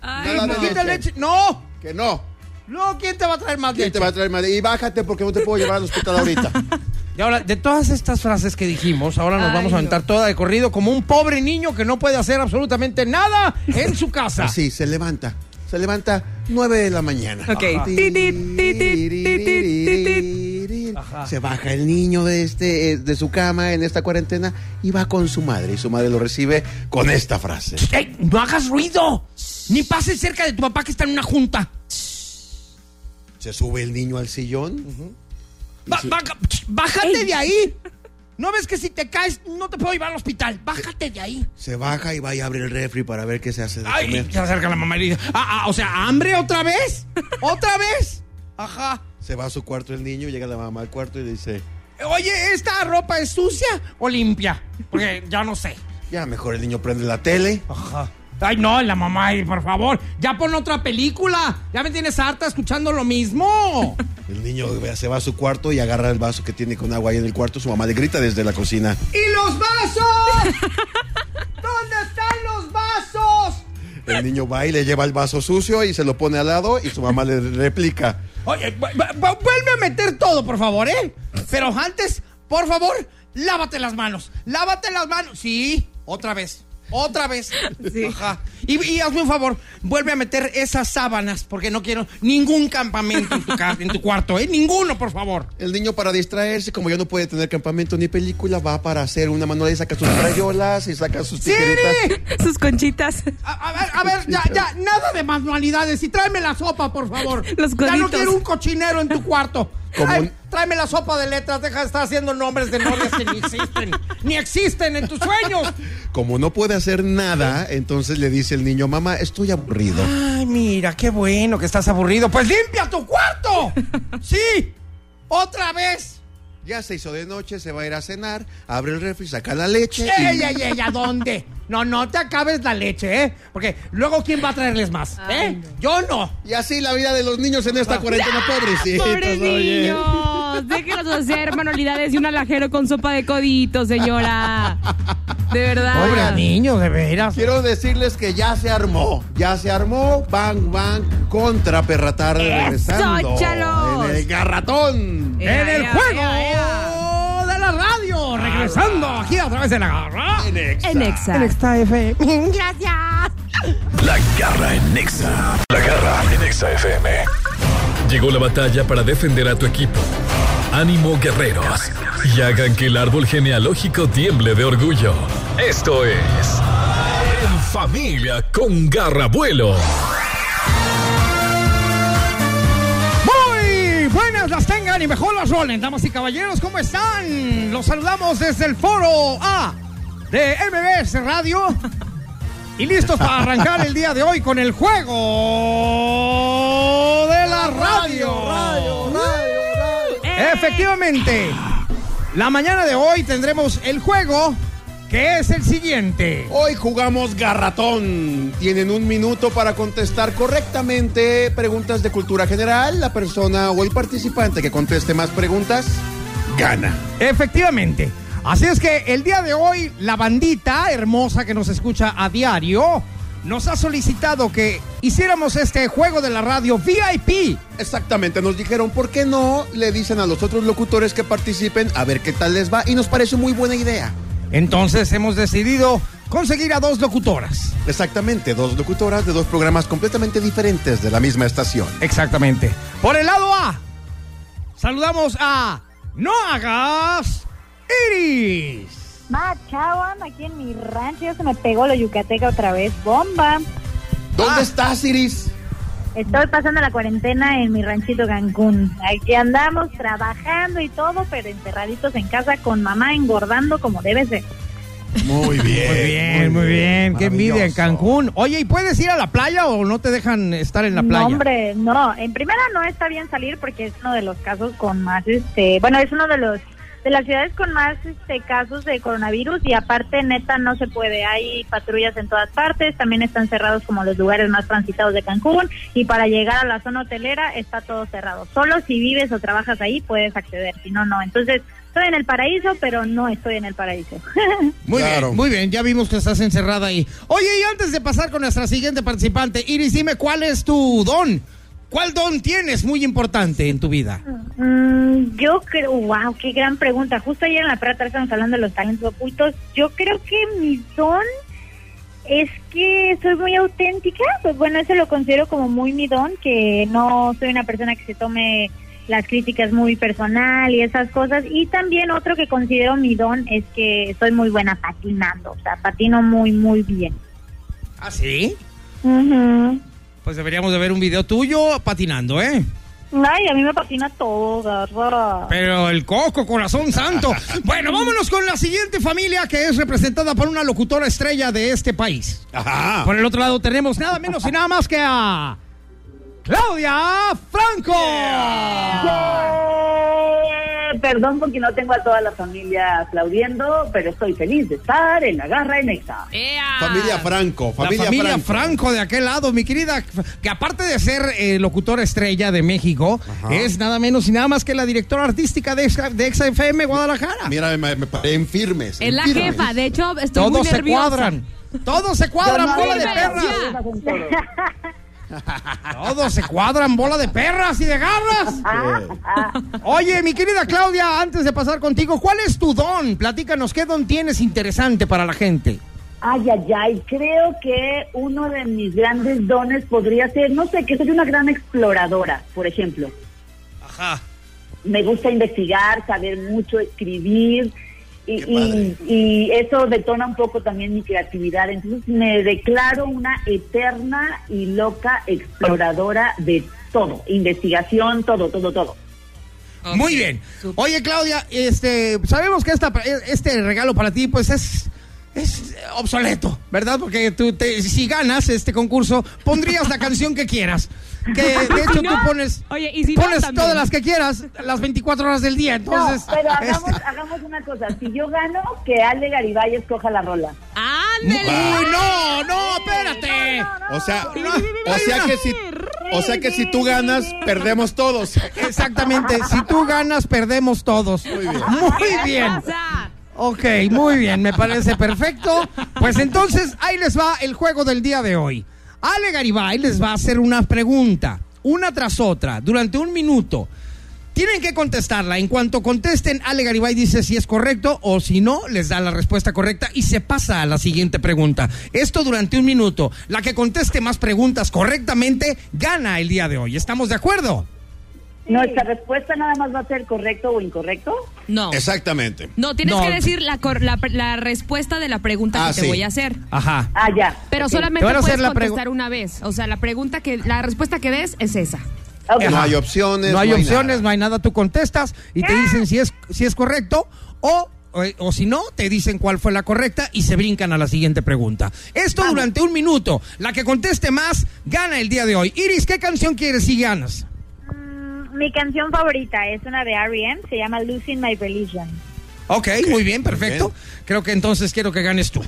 Speaker 5: Ay,
Speaker 6: Nada
Speaker 5: no.
Speaker 6: de
Speaker 3: ¿Quita
Speaker 6: leche.
Speaker 3: leche? ¡No!
Speaker 6: Que no.
Speaker 3: Luego, ¿quién te va a traer más
Speaker 6: ¿Quién
Speaker 3: leche?
Speaker 6: te va a traer madre? Y bájate porque no te puedo llevar al hospital ahorita.
Speaker 3: Y ahora, de todas estas frases que dijimos, ahora nos
Speaker 5: Ay,
Speaker 3: vamos a
Speaker 5: no.
Speaker 3: aventar toda de corrido como un pobre niño que no puede hacer absolutamente nada en su casa.
Speaker 6: Así, se levanta. Se levanta 9 de la mañana.
Speaker 5: Ok.
Speaker 6: Ajá.
Speaker 5: Ti, ti, ti, ti, ti, ti, ti,
Speaker 6: Se baja el niño de este eh, de su cama en esta cuarentena y va con su madre y su madre lo recibe con esta frase.
Speaker 3: ¡Ey, no hagas ruido! Ni pases cerca de tu papá que está en una junta.
Speaker 6: Se sube el niño al sillón.
Speaker 3: Ba- baja- ¡Bájate
Speaker 5: Ey.
Speaker 3: de ahí! ¿No ves que si te caes no te puedo llevar al hospital? ¡Bájate de ahí!
Speaker 6: Se baja y va y abre el refri para ver qué se hace de
Speaker 3: Ay,
Speaker 6: comer.
Speaker 3: se acerca la mamá y le dice, ah, ah, o sea, ¿hambre otra vez? ¿Otra vez? Ajá.
Speaker 6: Se va a su cuarto el niño, llega la mamá al cuarto y le dice,
Speaker 3: Oye, ¿esta ropa es sucia o limpia? Porque ya no sé.
Speaker 6: ya mejor el niño prende la tele.
Speaker 3: Ajá. Ay, no, la mamá, ay, por favor, ya pon otra película. Ya me tienes harta escuchando lo mismo.
Speaker 6: El niño se va a su cuarto y agarra el vaso que tiene con agua ahí en el cuarto. Su mamá le grita desde la cocina.
Speaker 3: ¡Y los vasos! ¿Dónde están los vasos?
Speaker 6: El niño va y le lleva el vaso sucio y se lo pone al lado y su mamá le replica.
Speaker 3: Oye, vu- vu- vu- vuelve a meter todo, por favor, ¿eh? Pero antes, por favor, lávate las manos. Lávate las manos. Sí, otra vez. Otra vez. Ajá. Y, y hazme un favor, vuelve a meter esas sábanas, porque no quiero ningún campamento en tu, ca- en tu cuarto, ¿eh? Ninguno, por favor.
Speaker 6: El niño para distraerse, como ya no puede tener campamento ni película, va para hacer una manualidad y saca sus crayolas y saca sus tijeritas.
Speaker 3: ¡Siri!
Speaker 5: Sus conchitas.
Speaker 3: A, a ver, a ver, ya, ya, nada de manualidades y tráeme la sopa, por favor.
Speaker 5: Los
Speaker 3: ya no
Speaker 5: coditos.
Speaker 3: quiero un cochinero en tu cuarto.
Speaker 6: Como
Speaker 3: Trae-
Speaker 6: un-
Speaker 3: tráeme la sopa de letras, deja de estar haciendo nombres de novias que ni existen, ni existen en tus sueños.
Speaker 6: Como no puede hacer nada, entonces le dice el niño, mamá, estoy aburrido.
Speaker 3: Ay, mira, qué bueno que estás aburrido. Pues limpia tu cuarto. Sí, otra vez.
Speaker 6: Ya se hizo de noche, se va a ir a cenar, abre el refri, saca la leche. y-
Speaker 3: Ey, ey, ey, ¿a dónde? No, no te acabes la leche, ¿eh? Porque luego, ¿quién va a traerles más? ¿Eh? Yo no.
Speaker 6: Y así la vida de los niños en
Speaker 3: Ah.
Speaker 6: esta
Speaker 3: [laughs]
Speaker 6: cuarentena, pobrecitos.
Speaker 5: Pobres
Speaker 6: oye.
Speaker 5: niños. Déjenos hacer manualidades y un alajero con sopa de codito, señora. De verdad.
Speaker 3: Pobre niño, de veras.
Speaker 6: Quiero decirles que ya se armó. Ya se armó Bang Bang contra Perratarde
Speaker 5: ¡Eso,
Speaker 6: regresando
Speaker 5: chalos!
Speaker 6: en el garratón.
Speaker 5: Ea,
Speaker 3: en el
Speaker 5: ea,
Speaker 3: juego
Speaker 5: ea, ea.
Speaker 3: de la radio. Regresando aquí a través de la garra.
Speaker 6: En Exa.
Speaker 5: En Exa.
Speaker 3: Gracias.
Speaker 1: La garra en Nexa.
Speaker 2: La garra en Exa FM. Llegó la batalla para defender a tu equipo. Ánimo guerreros y hagan que el árbol genealógico tiemble de orgullo. Esto es En familia con Garrabuelo.
Speaker 3: Muy buenas las tengan y mejor las rolen, damas y caballeros. ¿Cómo están? Los saludamos desde el foro A de MBS Radio. Y listos para arrancar el día de hoy con el juego de la radio. Uh.
Speaker 5: Eh.
Speaker 3: Efectivamente, la mañana de hoy tendremos el juego que es el siguiente.
Speaker 6: Hoy jugamos garratón. Tienen un minuto para contestar correctamente preguntas de cultura general. La persona o el participante que conteste más preguntas gana.
Speaker 3: Efectivamente. Así es que el día de hoy la bandita hermosa que nos escucha a diario nos ha solicitado que hiciéramos este juego de la radio VIP.
Speaker 6: Exactamente, nos dijeron, ¿por qué no le dicen a los otros locutores que participen a ver qué tal les va? Y nos parece muy buena idea.
Speaker 3: Entonces hemos decidido conseguir a dos locutoras.
Speaker 6: Exactamente, dos locutoras de dos programas completamente diferentes de la misma estación.
Speaker 3: Exactamente. Por el lado A, saludamos a
Speaker 4: no hagas iris.
Speaker 8: Machawan, aquí en mi rancho ya se me pegó la yucateca otra vez. ¡Bomba!
Speaker 3: Ah.
Speaker 6: ¿Dónde estás, Iris?
Speaker 8: Estoy pasando la cuarentena en mi ranchito Cancún. Aquí andamos trabajando y todo, pero encerraditos en casa con mamá engordando como debe ser.
Speaker 6: Muy bien.
Speaker 3: Muy bien, Eh, muy bien. Qué envidia en
Speaker 6: Maravilloso.
Speaker 3: Cancún. Oye, ¿y puedes ir a la playa o no te dejan estar en la playa?
Speaker 8: No, hombre, no. En primera no está bien salir porque es uno de los casos con más, este, bueno, es uno de los de las ciudades con más este casos de coronavirus y aparte neta no se puede. Hay patrullas en todas partes, también están cerrados como los lugares más transitados de Cancún y para llegar a la zona hotelera está todo cerrado. Solo si vives o trabajas ahí puedes acceder, si no no. Entonces, estoy en el paraíso, pero no estoy en el paraíso. [laughs]
Speaker 3: Muy
Speaker 6: Claro.
Speaker 3: bien, muy bien, ya vimos que estás encerrada ahí. Oye, y antes de pasar con nuestra siguiente participante, Iris, dime cuál es tu don. ¿Cuál don tienes muy importante en tu vida?
Speaker 8: Mm, yo creo, wow, qué gran pregunta. Justo ayer en la Prata estamos hablando de los talentos ocultos. Yo creo que mi don es que soy muy auténtica. Pues bueno, eso lo considero como muy mi don, que no soy una persona que se tome las críticas muy personal y esas cosas. Y también otro que considero mi don es que soy muy buena patinando. O sea, patino muy, muy bien.
Speaker 3: ¿Ah, sí?
Speaker 8: Ujú.
Speaker 3: Pues deberíamos de ver un video tuyo patinando, ¿eh?
Speaker 8: Ay, a mí me patina todo, garra.
Speaker 3: Pero el coco, corazón santo. Bueno, vámonos con la siguiente familia que es representada por una locutora estrella de este país.
Speaker 6: Ajá.
Speaker 3: Por el otro lado tenemos nada menos y nada más que a Claudia Franco.
Speaker 10: Eh, Perdón porque no tengo a toda la familia aplaudiendo, pero estoy feliz de estar en la garra en Exa.
Speaker 5: ¡Ea!
Speaker 6: Familia Franco.
Speaker 3: Ah. la
Speaker 6: Familia,
Speaker 3: familia Franco.
Speaker 6: Franco.
Speaker 3: de aquel lado, mi querida, que aparte de ser eh, locutora estrella de México,
Speaker 6: Ajá.
Speaker 3: es nada menos y nada más que la directora artística de Exa, de Exa FM Guadalajara.
Speaker 6: Mira, me, me paré en firmes.
Speaker 5: Es
Speaker 6: en
Speaker 5: la
Speaker 6: firmes.
Speaker 5: jefa, de hecho estoy muy
Speaker 3: Todos se
Speaker 5: nerviosa.
Speaker 3: cuadran. Todos se cuadran, bola de perras.
Speaker 5: Ya.
Speaker 3: Todos se cuadran, bola de perras y de garras. Oye, mi querida Claudia, antes de pasar contigo, ¿cuál es tu don? Platícanos, ¿qué don tienes interesante para la gente?
Speaker 10: Ay, ay, ay, creo que uno de mis grandes dones podría ser, no sé, que soy una gran exploradora, por ejemplo.
Speaker 3: Ajá.
Speaker 10: Me gusta investigar, saber mucho, escribir. Y,
Speaker 6: Qué padre.
Speaker 10: y- y eso detona un poco también mi creatividad. Entonces me declaro una eterna y loca exploradora de todo. Investigación, todo, todo, todo.
Speaker 3: Muy bien. Oye, Claudia, este, sabemos que esta, este regalo para ti, pues es, es obsoleto, ¿verdad? Porque tú, te, si ganas este concurso, pondrías la canción que quieras. Que de hecho
Speaker 5: no?
Speaker 3: tú pones,
Speaker 5: Oye, y si no,
Speaker 3: pones
Speaker 5: también.
Speaker 3: todas las que quieras, las 24 horas del día. Entonces,
Speaker 10: no, pero hagamos,
Speaker 3: [laughs] este-
Speaker 10: hagamos una cosa. Si yo gano, que Ale Garibay escoja la rola.
Speaker 5: ¡Ándele!
Speaker 3: Uy, Ah. no, no, espérate.
Speaker 6: O sea,
Speaker 3: No,
Speaker 6: o sea
Speaker 3: no.
Speaker 6: que si, o sea que si tú ganas, perdemos todos.
Speaker 3: Exactamente, si tú ganas, perdemos todos. Muy bien. Muy bien.
Speaker 5: Pasa.
Speaker 3: Ok, muy bien, me parece perfecto. Pues entonces ahí les va el juego del día de hoy. Ale Garibay les va a hacer una pregunta, una tras otra, durante un minuto. Tienen que contestarla. En cuanto contesten, Ale Garibay dice si es correcto o si no, les da la respuesta correcta y se pasa a la siguiente pregunta. Esto durante un minuto. La que conteste más preguntas correctamente gana el día de hoy. ¿Estamos de acuerdo?
Speaker 10: Nuestra respuesta nada más va a ser correcto o incorrecto.
Speaker 5: No.
Speaker 6: Exactamente.
Speaker 5: No, tienes
Speaker 3: No.
Speaker 5: que decir la, cor- la, pre- la respuesta de la pregunta
Speaker 6: Ah,
Speaker 5: que te
Speaker 6: sí.
Speaker 5: voy a hacer.
Speaker 3: Ajá.
Speaker 10: Ah, ya.
Speaker 5: Pero
Speaker 10: Ok.
Speaker 5: solamente
Speaker 3: Te van a
Speaker 5: puedes
Speaker 3: hacer la pregu-
Speaker 5: contestar una vez. O sea, la pregunta que, la respuesta que des es esa.
Speaker 10: Ok.
Speaker 6: No hay opciones.
Speaker 3: No hay opciones,
Speaker 6: nada.
Speaker 3: no hay nada. Tú contestas y te dicen si es, si es correcto o, o, o si no, te dicen cuál fue la correcta y se brincan a la siguiente pregunta. Esto durante un minuto. La que conteste más gana el día de hoy. Iris, ¿qué canción quieres si ganas?
Speaker 8: Mm, Mi canción favorita es una de R.E.M. Se llama Losing My Religion.
Speaker 3: Ok, muy bien, perfecto.
Speaker 6: muy
Speaker 3: Creo que entonces quiero que ganes [laughs] tú.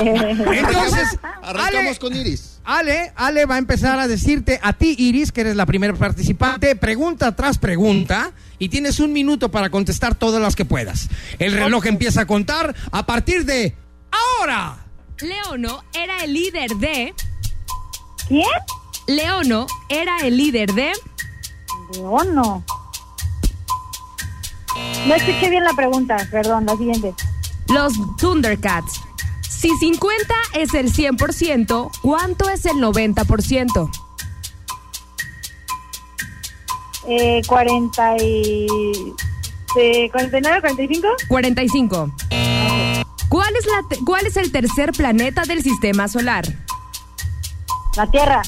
Speaker 3: entonces,
Speaker 6: Arrancamos
Speaker 3: Ale-
Speaker 6: con Iris.
Speaker 3: Ale, Ale va a empezar a decirte a ti, Iris, que eres la primera participante, pregunta tras pregunta, y tienes un minuto para contestar todas las que puedas. El reloj empieza a contar a partir de ahora.
Speaker 5: Leono era el líder de.
Speaker 8: ¿Quién?
Speaker 5: Leono era el líder de.
Speaker 8: No, no. No escuché bien la pregunta, perdón, la siguiente.
Speaker 5: Los Thundercats. Si 50 es el 100%, ¿cuánto es el 90%?
Speaker 8: Eh, 40 y... Este, 49, 45.
Speaker 5: 45. ¿Cuál es, la te- ¿Cuál es el tercer planeta del sistema solar?
Speaker 8: La Tierra.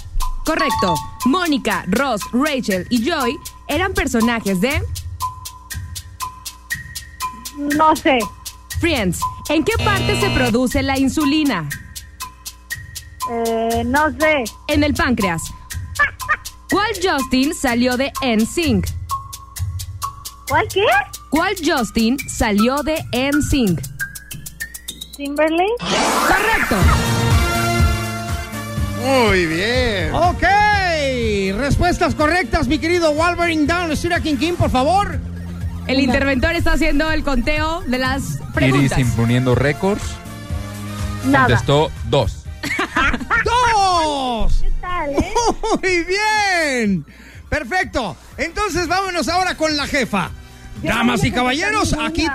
Speaker 5: Correcto. Mónica, Ross, Rachel y Joy eran personajes de
Speaker 8: No sé.
Speaker 5: Friends. ¿En qué parte se produce la insulina?
Speaker 8: Eh, no sé.
Speaker 5: En el páncreas. ¿Cuál Justin salió de NSYNC?
Speaker 8: ¿Cuál qué?
Speaker 5: ¿Cuál Justin salió de NSYNC?
Speaker 8: Timberlake.
Speaker 5: Correcto.
Speaker 6: Muy bien.
Speaker 3: Ok, respuestas correctas, mi querido Wolverine Down, Sura King King, por favor.
Speaker 5: El interventor está haciendo el conteo de las
Speaker 11: Iris
Speaker 5: preguntas.
Speaker 11: imponiendo récords.
Speaker 8: Nada.
Speaker 11: Contestó dos.
Speaker 3: ¡Dos!
Speaker 8: ¿Qué tal, eh?
Speaker 3: Muy bien. Perfecto. Entonces vámonos ahora con la jefa.
Speaker 10: Yo no
Speaker 3: Damas
Speaker 10: voy
Speaker 3: y
Speaker 10: a contestar
Speaker 3: caballeros,
Speaker 10: ninguna.
Speaker 3: aquí.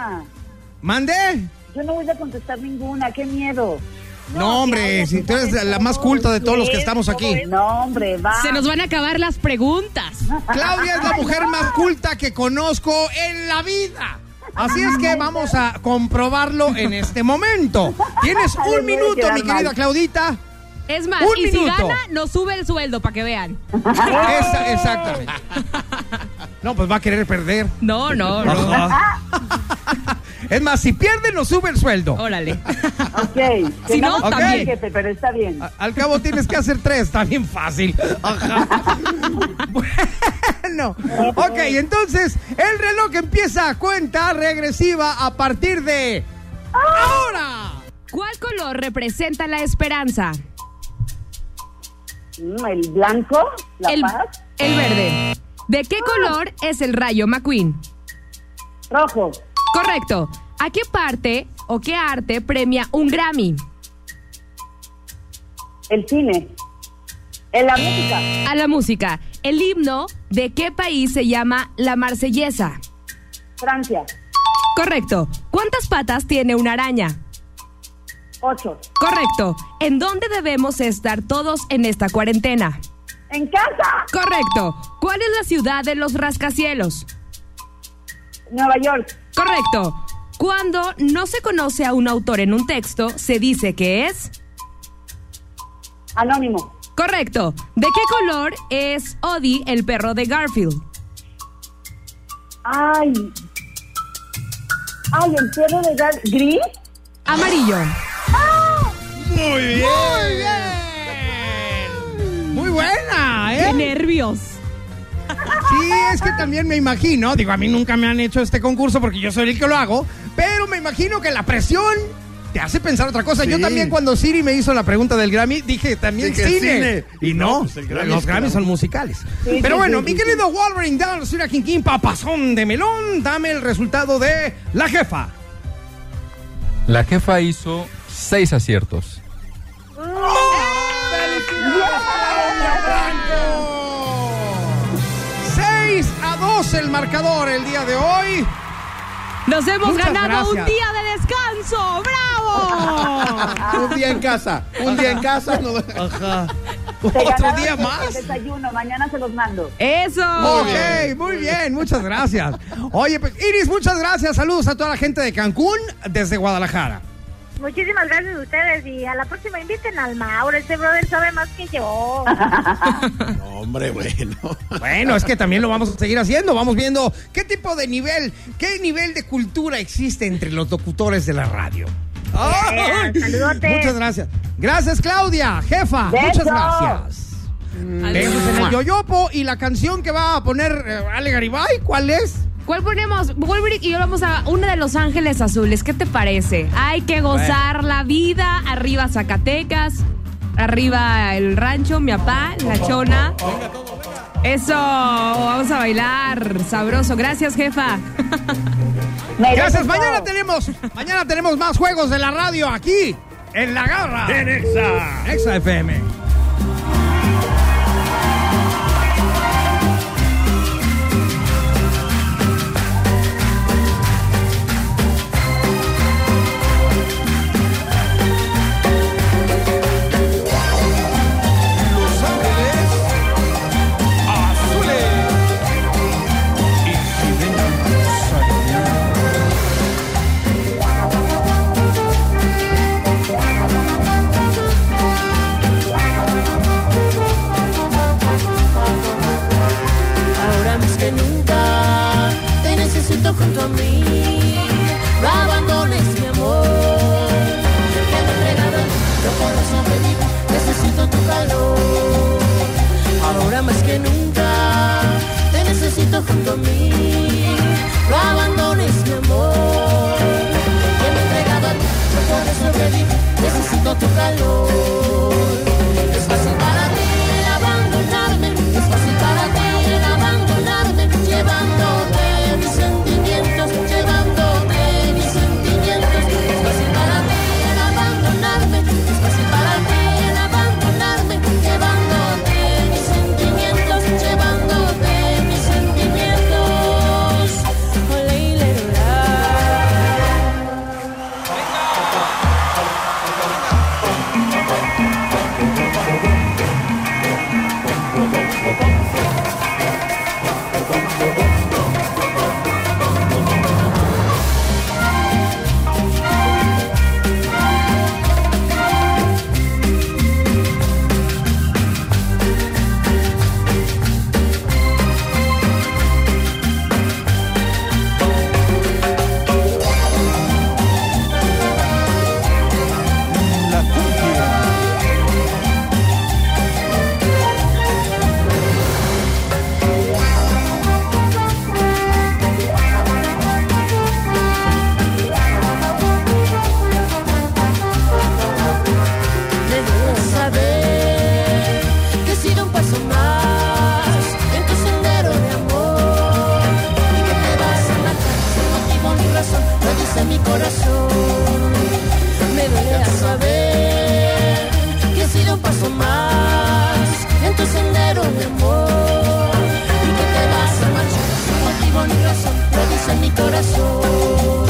Speaker 3: ¿Mande?
Speaker 10: Yo no voy a contestar ninguna, qué miedo.
Speaker 3: No, hombre, si tú eres la- la más culta de todos los que estamos aquí.
Speaker 10: No, hombre, va.
Speaker 5: Se nos van a acabar las preguntas.
Speaker 3: Claudia es la mujer más culta que conozco en la vida. Así es que vamos a comprobarlo en este momento. Tienes
Speaker 10: Ay,
Speaker 3: un
Speaker 10: voy a
Speaker 3: minuto,
Speaker 10: quedar
Speaker 3: mi querida
Speaker 10: mal.
Speaker 3: Claudita.
Speaker 5: Es más,
Speaker 3: Un
Speaker 5: y si
Speaker 3: minuto.
Speaker 5: gana, nos sube el sueldo para que vean.
Speaker 3: Esa- exactamente. No, pues va a querer perder.
Speaker 5: No, no, no.
Speaker 3: [laughs] Es más, si pierde, nos sube el sueldo.
Speaker 5: Órale.
Speaker 10: Ok.
Speaker 5: [laughs] Si no,
Speaker 10: tengamos que
Speaker 3: también.
Speaker 10: jefe, Pero está bien.
Speaker 3: A- Al cabo tienes que hacer tres, está bien fácil.
Speaker 10: [laughs]
Speaker 3: Ajá. Bueno, ok, entonces el reloj empieza a cuenta regresiva a partir de ahora.
Speaker 5: ¿Cuál color representa la esperanza?
Speaker 10: Mm, El blanco, la
Speaker 5: el,
Speaker 10: paz,
Speaker 5: el verde. ¿De qué color es el rayo McQueen?
Speaker 10: rojo,
Speaker 5: Correcto. ¿A qué parte o qué arte premia un Grammy?
Speaker 10: el cine, el la música,
Speaker 5: A la música. El himno de qué país se llama La Marsellesa.
Speaker 10: Francia,
Speaker 5: Correcto. ¿Cuántas patas tiene una araña?
Speaker 10: ocho.
Speaker 5: Correcto. ¿En dónde debemos estar todos en esta cuarentena?
Speaker 10: En casa,
Speaker 5: Correcto. ¿Cuál es la ciudad de los rascacielos?
Speaker 10: Nueva York,
Speaker 5: Correcto. Cuando no se conoce a un autor en un texto, se dice que es.
Speaker 10: anónimo,
Speaker 5: Correcto. ¿De qué color es Odie, el perro de Garfield?
Speaker 10: ay, ay, el cielo de gas gris,
Speaker 5: Amarillo.
Speaker 6: Muy
Speaker 3: Muy
Speaker 6: bien.
Speaker 3: bien. Muy buena,
Speaker 5: ¡Qué
Speaker 3: ¿eh?
Speaker 5: nervios!
Speaker 3: Sí, es que también me imagino, digo, a mí nunca me han hecho este concurso porque yo soy el que lo hago, pero me imagino que la presión te hace pensar otra cosa.
Speaker 6: Sí.
Speaker 3: Yo también cuando Siri me hizo la pregunta del Grammy, dije también
Speaker 6: Dije,
Speaker 3: cine.
Speaker 6: cine.
Speaker 3: Y no,
Speaker 6: pues, el Grammy
Speaker 3: los
Speaker 6: es
Speaker 3: Grammys
Speaker 6: claro.
Speaker 3: son musicales.
Speaker 10: Sí,
Speaker 3: pero
Speaker 10: sí,
Speaker 3: bueno,
Speaker 10: sí,
Speaker 3: mi
Speaker 10: sí,
Speaker 3: querido Wolverine Down, Sura King King, papazón de melón, dame el resultado de la jefa.
Speaker 11: La jefa hizo seis aciertos.
Speaker 3: ¡Felicidades, 6 a 2 el marcador el día de hoy.
Speaker 5: Nos hemos
Speaker 3: Muchas
Speaker 5: ganado
Speaker 3: gracias.
Speaker 5: un día de descanso. ¡Bravo!
Speaker 6: Un día en casa. Un día en casa. no-
Speaker 10: Te
Speaker 3: [laughs] Otro
Speaker 10: ganaron
Speaker 3: día
Speaker 10: el- El
Speaker 3: más.
Speaker 10: desayuno, mañana se los mando.
Speaker 5: ¡Eso!
Speaker 3: Ok, muy bien, muchas gracias. Oye, pues, Iris, muchas gracias. Saludos a toda la gente de Cancún desde Guadalajara.
Speaker 8: Muchísimas gracias a ustedes y a la próxima inviten al Mauro. Este brother sabe más que
Speaker 10: [laughs]
Speaker 8: yo.
Speaker 3: Ah.
Speaker 6: No, hombre, bueno. [laughs]
Speaker 3: Bueno, es que también lo vamos a seguir haciendo. Vamos viendo qué tipo de nivel, qué nivel de cultura existe entre los locutores de la radio. ¡Ay!
Speaker 8: saludotes.
Speaker 3: Muchas gracias. Gracias, Claudia, jefa.
Speaker 10: Besos.
Speaker 3: Muchas gracias. Besos en el
Speaker 5: Adiós.
Speaker 3: yoyopo y la canción que va a poner eh, Ale Garibay, ¿cuál es?
Speaker 5: ¿Cuál ponemos? Wolverine y yo vamos a una de Los Ángeles Azules. ¿Qué te parece? Hay que gozar la vida. Arriba Zacatecas. Arriba el rancho, mi papá, la chona. Eso, vamos a bailar. Sabroso. Gracias, jefa.
Speaker 10: Me
Speaker 3: Gracias.
Speaker 10: dejo
Speaker 3: Mañana
Speaker 10: todo.
Speaker 3: tenemos, mañana tenemos más juegos de la radio aquí en la garra. En Exa. Exa FM.
Speaker 12: Los Ángeles Azules. Y si vengan los años. que nunca. Te necesito junto a mí. No abandones mi amor. Que me he entregado a ti, yo por eso te di. Necesito tu calor. Es fácil para ti el abandonarme. Es fácil para ti el abandonarme. Llevándote mis sentimientos. Llevándote mis sentimientos. Es fácil para ti el abandonarme. Es fácil para ti el abandonarme. Llevándote mis sentimientos. Llevándote mis sentimientos. Olé, y le, la. Debo saber que he sido un paso más en tu sendero de amor y que te vas a matar sin motivo ni razón, lo dice mi corazón. Me duele a saber que he sido un paso más en tu sendero de amor y que te vas a marchar sin motivo ni razón, lo dice mi corazón.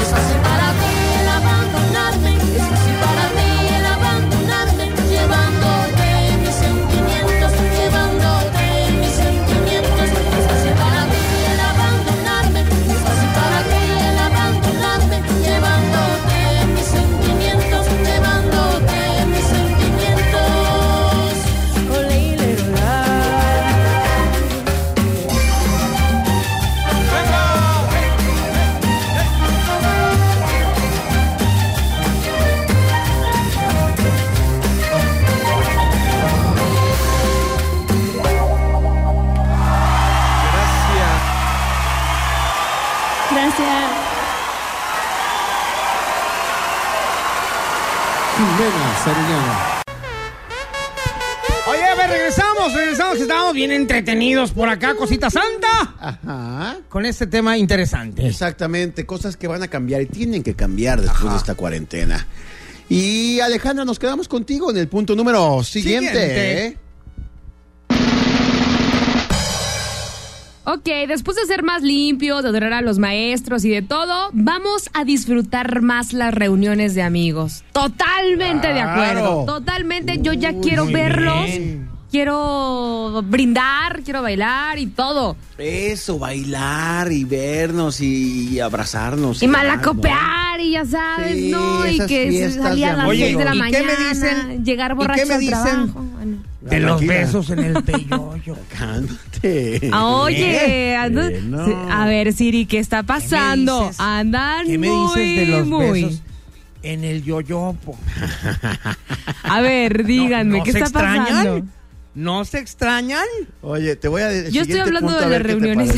Speaker 12: Es fácil para ti el abandonarme, es fácil para ti el abandonarme, llevándote mis sentimientos, llevándote mis sentimientos. Es fácil para ti el abandonarme, es fácil para ti el abandonarme, llevándote mis sentimientos, llevándote mis sentimientos. Olé, y le, la.
Speaker 13: Gracias.
Speaker 6: Jimena Sariñana.
Speaker 3: Oye, a ver, regresamos, regresamos. Estábamos bien entretenidos por acá, cosita santa.
Speaker 6: Ajá.
Speaker 3: Con este tema interesante.
Speaker 6: Exactamente, cosas que van a cambiar y tienen que cambiar después de esta cuarentena. Y Alejandra, nos quedamos contigo en el punto número siguiente.
Speaker 5: Siguiente.
Speaker 6: ¿eh?
Speaker 5: Ok, después de ser más limpio, de adorar a los maestros y de todo, vamos a disfrutar más las reuniones de amigos. Totalmente de
Speaker 13: Claro.
Speaker 5: acuerdo. Totalmente, yo ya quiero
Speaker 13: muy
Speaker 5: verlos.
Speaker 13: bien.
Speaker 5: Quiero brindar, quiero bailar y todo.
Speaker 14: Eso, bailar y vernos y, y abrazarnos.
Speaker 5: Y
Speaker 14: malacopear.
Speaker 5: malacopear y ya sabes,
Speaker 14: Sí,
Speaker 5: ¿no? Y
Speaker 14: esas
Speaker 5: que
Speaker 14: fiestas
Speaker 5: salía a
Speaker 14: de
Speaker 5: las
Speaker 14: amor.
Speaker 5: 6 de la
Speaker 14: Oye, ¿y qué
Speaker 5: mañana.
Speaker 14: me
Speaker 3: dicen? ¿Y
Speaker 5: Llegar
Speaker 3: qué
Speaker 5: borracho
Speaker 3: me
Speaker 5: al
Speaker 3: dicen?
Speaker 5: trabajo.
Speaker 3: De los besos en
Speaker 5: [laughs]
Speaker 3: el pecho.
Speaker 6: Cálmate.
Speaker 5: Ah, Oye, ando-
Speaker 3: Bueno.
Speaker 5: Sí, a ver, Siri, ¿qué está pasando? Andan
Speaker 3: ¿Qué me dices
Speaker 5: muy,
Speaker 3: de los
Speaker 5: muy.
Speaker 3: besos en el yoyopo?
Speaker 5: A ver, díganme,
Speaker 3: ¿no
Speaker 5: ¿qué
Speaker 3: se
Speaker 5: está
Speaker 3: extrañan?
Speaker 5: pasando?
Speaker 3: ¿No se extrañan?
Speaker 6: Oye, te voy a decir.
Speaker 5: Yo estoy hablando de las reuniones.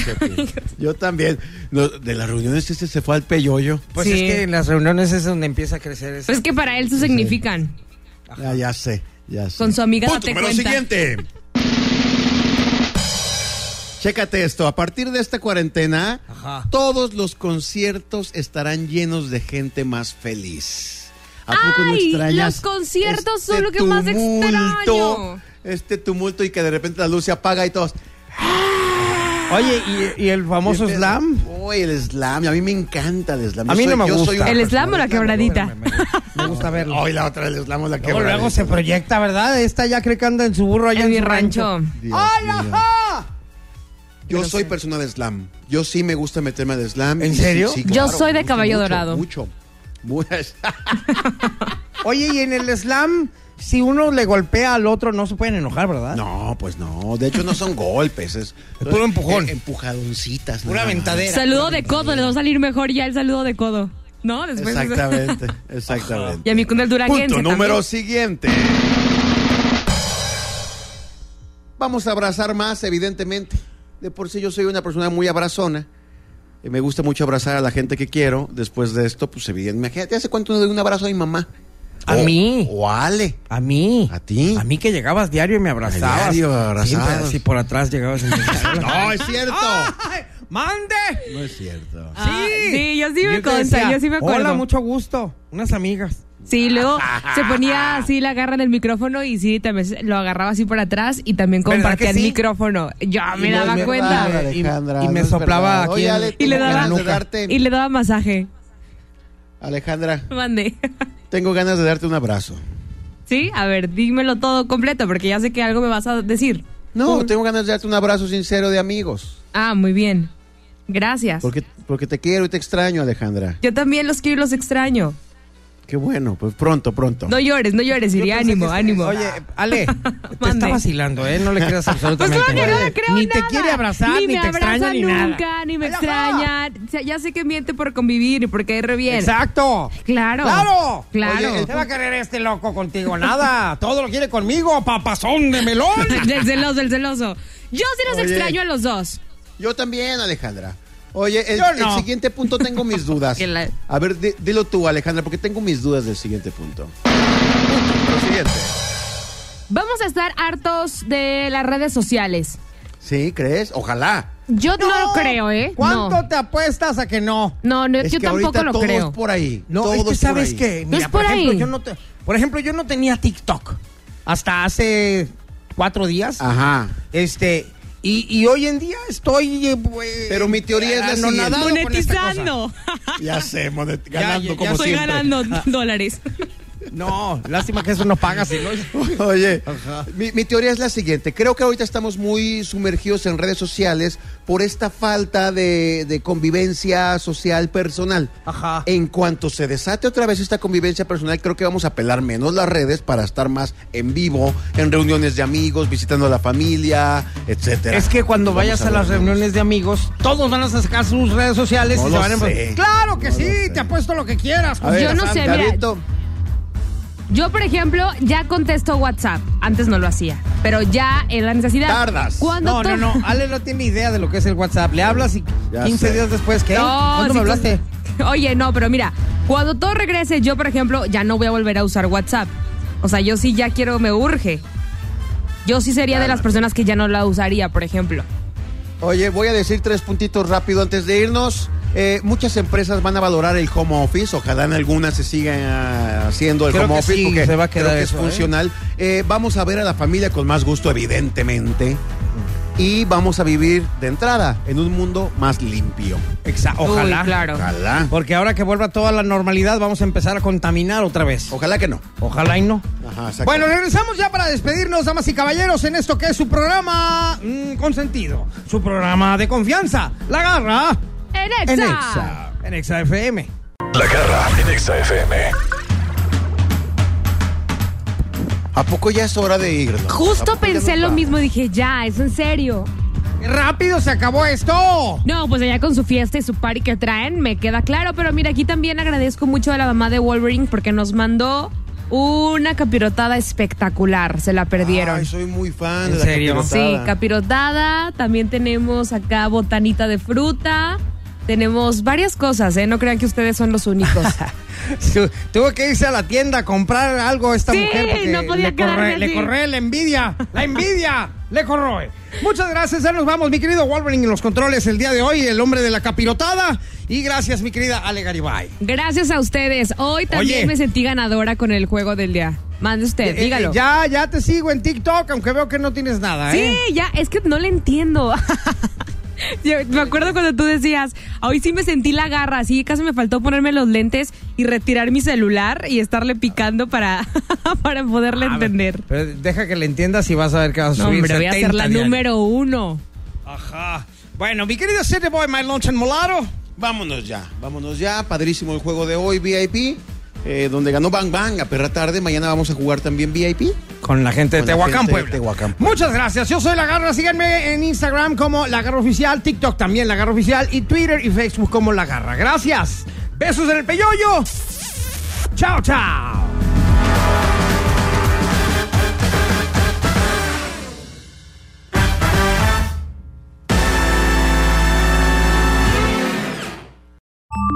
Speaker 6: Yo también. No, de las reuniones este se fue al peyoyo.
Speaker 3: Pues es que en las reuniones es donde empieza a crecer eso.
Speaker 5: Pues es que para él eso significan.
Speaker 6: Ah, ya sé, ya sé.
Speaker 5: Con su amiga
Speaker 6: Punto
Speaker 5: date
Speaker 6: número
Speaker 5: cuenta.
Speaker 6: siguiente. Chécate esto, a partir de esta cuarentena, todos los conciertos estarán llenos de gente más feliz. ¿A poco no
Speaker 5: Ay,
Speaker 6: extrañas
Speaker 5: los conciertos
Speaker 6: este
Speaker 5: son lo que más
Speaker 6: tumulto,
Speaker 5: extraño.
Speaker 6: Este tumulto y que de repente la luz se apaga y todos.
Speaker 3: Oye, ¿y, y el famoso
Speaker 6: Y empieza-
Speaker 3: slam?
Speaker 6: Uy, el slam, a mí me encanta el slam.
Speaker 3: A
Speaker 6: Yo
Speaker 3: mí no
Speaker 6: soy-
Speaker 3: me
Speaker 6: yo soy
Speaker 3: gusta.
Speaker 6: un-
Speaker 5: ¿El slam o la quebradita?
Speaker 3: Me gusta verlo.
Speaker 6: Hoy la otra del slam es la que
Speaker 3: Luego, luego se proyecta, ¿verdad? Esta ya cree que anda en su burro allá en,
Speaker 5: En mi
Speaker 3: su
Speaker 5: rancho.
Speaker 3: ¡Ay, ajá!
Speaker 6: Yo soy persona de slam. Yo sí me gusta meterme al slam.
Speaker 3: ¿En
Speaker 6: Y sí,
Speaker 3: serio?
Speaker 6: sí,
Speaker 5: Yo
Speaker 6: claro,
Speaker 5: soy
Speaker 6: me
Speaker 5: de
Speaker 6: gusta
Speaker 5: caballo
Speaker 6: mucho,
Speaker 5: dorado.
Speaker 6: Mucho. Muy-
Speaker 3: Oye, y en el slam, si uno le golpea al otro, no se pueden enojar, ¿verdad?
Speaker 6: No, pues no. De hecho, no son golpes. Es
Speaker 3: Es puro empujón.
Speaker 6: eh, empujadoncitas.
Speaker 3: Pura
Speaker 6: nada más.
Speaker 3: ventadera.
Speaker 5: Saludo de codo, les va a salir mejor ya el saludo de codo. ¿No? Después
Speaker 3: [laughs]
Speaker 6: Exactamente, exactamente.
Speaker 5: [laughs] Y a mi con el duraquense
Speaker 6: Punto número
Speaker 5: también.
Speaker 6: siguiente. vamos a abrazar más, evidentemente. De por sí yo soy una persona muy abrazona. Eh, me gusta mucho abrazar a la gente que quiero. Después de esto, pues evidentemente, ¿hace cuánto no doy un abrazo a mi mamá?
Speaker 3: A
Speaker 6: O-
Speaker 3: mí.
Speaker 6: O a Ale.
Speaker 3: A mí.
Speaker 6: A ti.
Speaker 3: A mí que llegabas diario y me abrazabas.
Speaker 6: Diario, abrazabas.
Speaker 3: Sí, por atrás llegabas. y me abrazabas.
Speaker 6: [laughs] No, es cierto.
Speaker 3: Ah. ¡Mande!
Speaker 6: No es cierto.
Speaker 5: Ah, sí, yo sí me
Speaker 3: te
Speaker 5: consta,
Speaker 3: decía,
Speaker 5: yo sí me acuerdo.
Speaker 3: Hola, mucho gusto. Unas amigas. [laughs]
Speaker 5: Sí, luego se ponía así la garra en el micrófono y sí, también lo agarraba así por atrás y también
Speaker 3: ¿Verdad
Speaker 5: compartía
Speaker 3: que
Speaker 5: el
Speaker 3: sí?
Speaker 5: micrófono. Yo me
Speaker 6: No es
Speaker 5: daba
Speaker 6: verdad,
Speaker 5: cuenta.
Speaker 6: Alejandra,
Speaker 3: y me
Speaker 6: no es
Speaker 3: soplaba
Speaker 6: verdad.
Speaker 3: aquí
Speaker 6: Oye,
Speaker 3: en-
Speaker 6: Ale,
Speaker 5: Y le
Speaker 6: tengo
Speaker 5: daba-
Speaker 6: ganas de
Speaker 5: Y
Speaker 6: darte,
Speaker 5: le daba masaje.
Speaker 6: Alejandra,
Speaker 5: Mandé.
Speaker 6: tengo ganas de darte un abrazo.
Speaker 5: Sí, a ver, dímelo todo completo porque ya sé que algo me vas a decir.
Speaker 6: No, tengo ganas de darte un abrazo sincero de amigos.
Speaker 5: Ah, muy bien. Gracias.
Speaker 6: Porque, porque te quiero y te extraño, Alejandra.
Speaker 5: Yo también los quiero y los extraño.
Speaker 6: Qué bueno, pues pronto, pronto.
Speaker 5: No llores, no llores, Siri. Ánimo, ánimo.
Speaker 3: Oye, Ale,
Speaker 5: [laughs]
Speaker 3: te está
Speaker 5: Mande.
Speaker 3: vacilando, ¿eh? No le
Speaker 5: [laughs]
Speaker 3: creas absolutamente
Speaker 5: Pues claro que no le
Speaker 3: nada.
Speaker 5: creo
Speaker 3: Ni te
Speaker 5: nada.
Speaker 3: quiere abrazar, ni,
Speaker 5: me
Speaker 3: te
Speaker 5: abraza
Speaker 3: extraña, ni
Speaker 5: nunca,
Speaker 3: nada.
Speaker 5: ni me extraña. O sea, ya sé que miente por convivir y porque es re bien.
Speaker 3: ¡Exacto!
Speaker 5: Claro.
Speaker 3: ¡Claro!
Speaker 5: Claro.
Speaker 3: Oye, ¿Qué
Speaker 5: [laughs]
Speaker 3: va a querer este loco contigo? Nada. Todo lo quiere conmigo, papazón de melón.
Speaker 5: del celoso, el celoso. Yo sí los
Speaker 6: Oye.
Speaker 5: extraño a los dos.
Speaker 6: Yo también, Alejandra. Oye, el,
Speaker 3: Yo no.
Speaker 6: el siguiente punto tengo mis
Speaker 5: [laughs]
Speaker 6: dudas.
Speaker 5: Que la-
Speaker 6: A ver, di- dilo tú, Alejandra, porque tengo mis dudas del siguiente punto. Lo siguiente.
Speaker 5: Vamos a estar hartos de las redes sociales.
Speaker 6: ¿Sí, crees? Ojalá.
Speaker 5: Yo [laughs] no, lo creo, ¿eh?
Speaker 3: ¿Cuánto
Speaker 5: No.
Speaker 3: te apuestas a que no?
Speaker 5: No, no,
Speaker 6: es
Speaker 5: yo
Speaker 6: que ahorita
Speaker 5: tampoco lo
Speaker 6: todo
Speaker 5: creo.
Speaker 6: es por ahí.
Speaker 3: No,
Speaker 6: todo
Speaker 3: es que
Speaker 6: por
Speaker 3: sabes
Speaker 6: ahí.
Speaker 3: que, mira,
Speaker 5: es
Speaker 3: por,
Speaker 5: por
Speaker 3: ejemplo,
Speaker 5: ahí.
Speaker 3: yo no te- por ejemplo, yo no tenía TikTok hasta hace cuatro días.
Speaker 6: Ajá.
Speaker 3: Este, y, y hoy en día estoy. eh, eh,
Speaker 6: Pero mi teoría es la siguiente.
Speaker 3: anonadado con esta cosa.
Speaker 5: Monetizando.
Speaker 6: [laughs] Ya sé, monet-
Speaker 3: Ya,
Speaker 6: ganando
Speaker 3: ya, ya
Speaker 6: como
Speaker 5: Estoy
Speaker 6: siempre.
Speaker 5: ganando dólares.
Speaker 3: No, lástima que eso no paga, si no.
Speaker 6: [laughs] [laughs] Oye, mi, mi teoría es la siguiente. Creo que ahorita estamos muy sumergidos en redes sociales por esta falta de, de convivencia social personal.
Speaker 3: Ajá.
Speaker 6: En cuanto se desate otra vez esta convivencia personal, creo que vamos a pelar menos las redes para estar más en vivo, en reuniones de amigos, visitando a la familia, etcétera.
Speaker 3: Es que cuando
Speaker 6: Vamos
Speaker 3: vayas a,
Speaker 6: ver.
Speaker 3: las reuniones de amigos, todos van a sacar sus redes sociales
Speaker 6: No
Speaker 3: y se
Speaker 6: lo
Speaker 3: van a...
Speaker 6: sé.
Speaker 3: Claro que
Speaker 6: No lo sé.
Speaker 3: sí, te apuesto lo que quieras.
Speaker 6: A ver,
Speaker 5: Yo no sé,
Speaker 6: te
Speaker 5: mira.
Speaker 6: aviento.
Speaker 5: Yo, por ejemplo, ya contesto WhatsApp. Antes no lo hacía. Pero ya en la necesidad.
Speaker 6: Tardas.
Speaker 5: Cuando
Speaker 3: No, no,
Speaker 5: to-
Speaker 3: no,
Speaker 5: [laughs]
Speaker 3: Ale no tiene idea de lo que es el WhatsApp. Le hablas y
Speaker 6: Ya
Speaker 3: 15
Speaker 6: sé.
Speaker 3: días después,
Speaker 6: ¿Eh?
Speaker 3: ¿qué?
Speaker 5: No,
Speaker 3: ¿Cuándo
Speaker 5: sí,
Speaker 3: me hablaste?
Speaker 5: [laughs] Oye, no, pero mira, cuando todo regrese, yo, por ejemplo, ya no voy a volver a usar WhatsApp. O sea, yo sí ya quiero, me urge. Yo sí sería de las personas que ya no la usaría, por ejemplo.
Speaker 6: Oye, voy a decir tres puntitos rápido antes de irnos. Eh, muchas empresas van a valorar el home office, ojalá en algunas se siga eh, haciendo el
Speaker 3: Creo
Speaker 6: home
Speaker 3: que
Speaker 6: office
Speaker 3: sí,
Speaker 6: porque
Speaker 3: se va a quedar
Speaker 6: creo que
Speaker 3: eso,
Speaker 6: es
Speaker 3: ¿eh?
Speaker 6: funcional. Eh, vamos a ver a la familia con más gusto, evidentemente, y vamos a vivir de entrada en un mundo más limpio.
Speaker 3: Exa-
Speaker 5: Uy, claro.
Speaker 6: Ojalá,
Speaker 3: Porque ahora que vuelva toda la normalidad, vamos a empezar a contaminar otra vez.
Speaker 6: ojalá que no.
Speaker 3: Ojalá y no.
Speaker 6: Ajá, exacto.
Speaker 3: Bueno, regresamos ya para despedirnos, damas y caballeros, en esto que es su programa mm, consentido, su programa de confianza, La Garra
Speaker 5: En
Speaker 3: en
Speaker 5: Exa.
Speaker 3: Exa, en Exa FM.
Speaker 2: La garra en Exa FM.
Speaker 6: ¿A poco ya es hora de irnos? ¿A
Speaker 5: Justo
Speaker 6: poco ya
Speaker 5: pensé
Speaker 6: nos
Speaker 5: lo
Speaker 6: vamos?
Speaker 5: mismo, dije, ya, es en serio.
Speaker 3: ¡Rápido se acabó
Speaker 5: [laughs]
Speaker 3: esto!
Speaker 5: No, pues allá con su fiesta y su party que traen, me queda claro. Pero mira, aquí también agradezco mucho a la mamá de Wolverine porque nos mandó una capirotada espectacular. Se la perdieron.
Speaker 6: Ay, soy muy fan
Speaker 3: ¿En
Speaker 6: de la
Speaker 3: serio?
Speaker 5: Sí,
Speaker 6: capirotada.
Speaker 5: capirotada. También tenemos acá botanita de fruta. Tenemos varias cosas, ¿eh? No crean que ustedes son
Speaker 3: [laughs]
Speaker 5: los únicos.
Speaker 3: Su- Tuvo que irse a la tienda a comprar algo esta
Speaker 5: Sí,
Speaker 3: mujer porque
Speaker 5: no podía
Speaker 3: le, corre,
Speaker 5: quedarse
Speaker 3: le
Speaker 5: así.
Speaker 3: corre la envidia, la envidia, [laughs] le corroe. Muchas gracias, ya nos vamos, mi querido Wolverine en los controles el día de hoy, el hombre de la capirotada. Y gracias, mi querida Ale Garibay.
Speaker 5: Gracias a ustedes. Hoy también
Speaker 3: Oye.
Speaker 5: me sentí ganadora con el juego del día. Mande usted,
Speaker 3: Eh, eh,
Speaker 5: dígalo.
Speaker 3: ya, ya te sigo en TikTok, aunque veo que no tienes nada, ¿eh?
Speaker 5: Sí, ya, es que no le entiendo. [laughs] Yo me acuerdo cuando tú decías, hoy sí me sentí la garra, así casi me faltó ponerme los lentes y retirar mi celular y estarle picando para, [laughs] para poderle entender.
Speaker 3: Pero deja que le entiendas y vas a ver que vas a
Speaker 5: No,
Speaker 3: subir.
Speaker 5: hombre, voy a ser
Speaker 3: 70
Speaker 5: la
Speaker 3: diario.
Speaker 5: número uno.
Speaker 3: Ajá. Bueno, mi querido City Boy, my lunch and molaro.
Speaker 6: Vámonos ya, vámonos ya. Padrísimo el juego de hoy, VIP. eh, donde ganó Bang Bang a perra tarde. Mañana vamos a jugar también VIP.
Speaker 3: Con la gente de
Speaker 6: Con la
Speaker 3: Tehuacán,
Speaker 6: gente de
Speaker 3: Puebla.
Speaker 6: Tehuacán, Puebla.
Speaker 3: Muchas gracias. Yo soy La Garra. Síganme en Instagram como La Garra Oficial, TikTok también La Garra Oficial y Twitter y Facebook como La Garra. Gracias. Besos en el peyoyo. Chao, chao.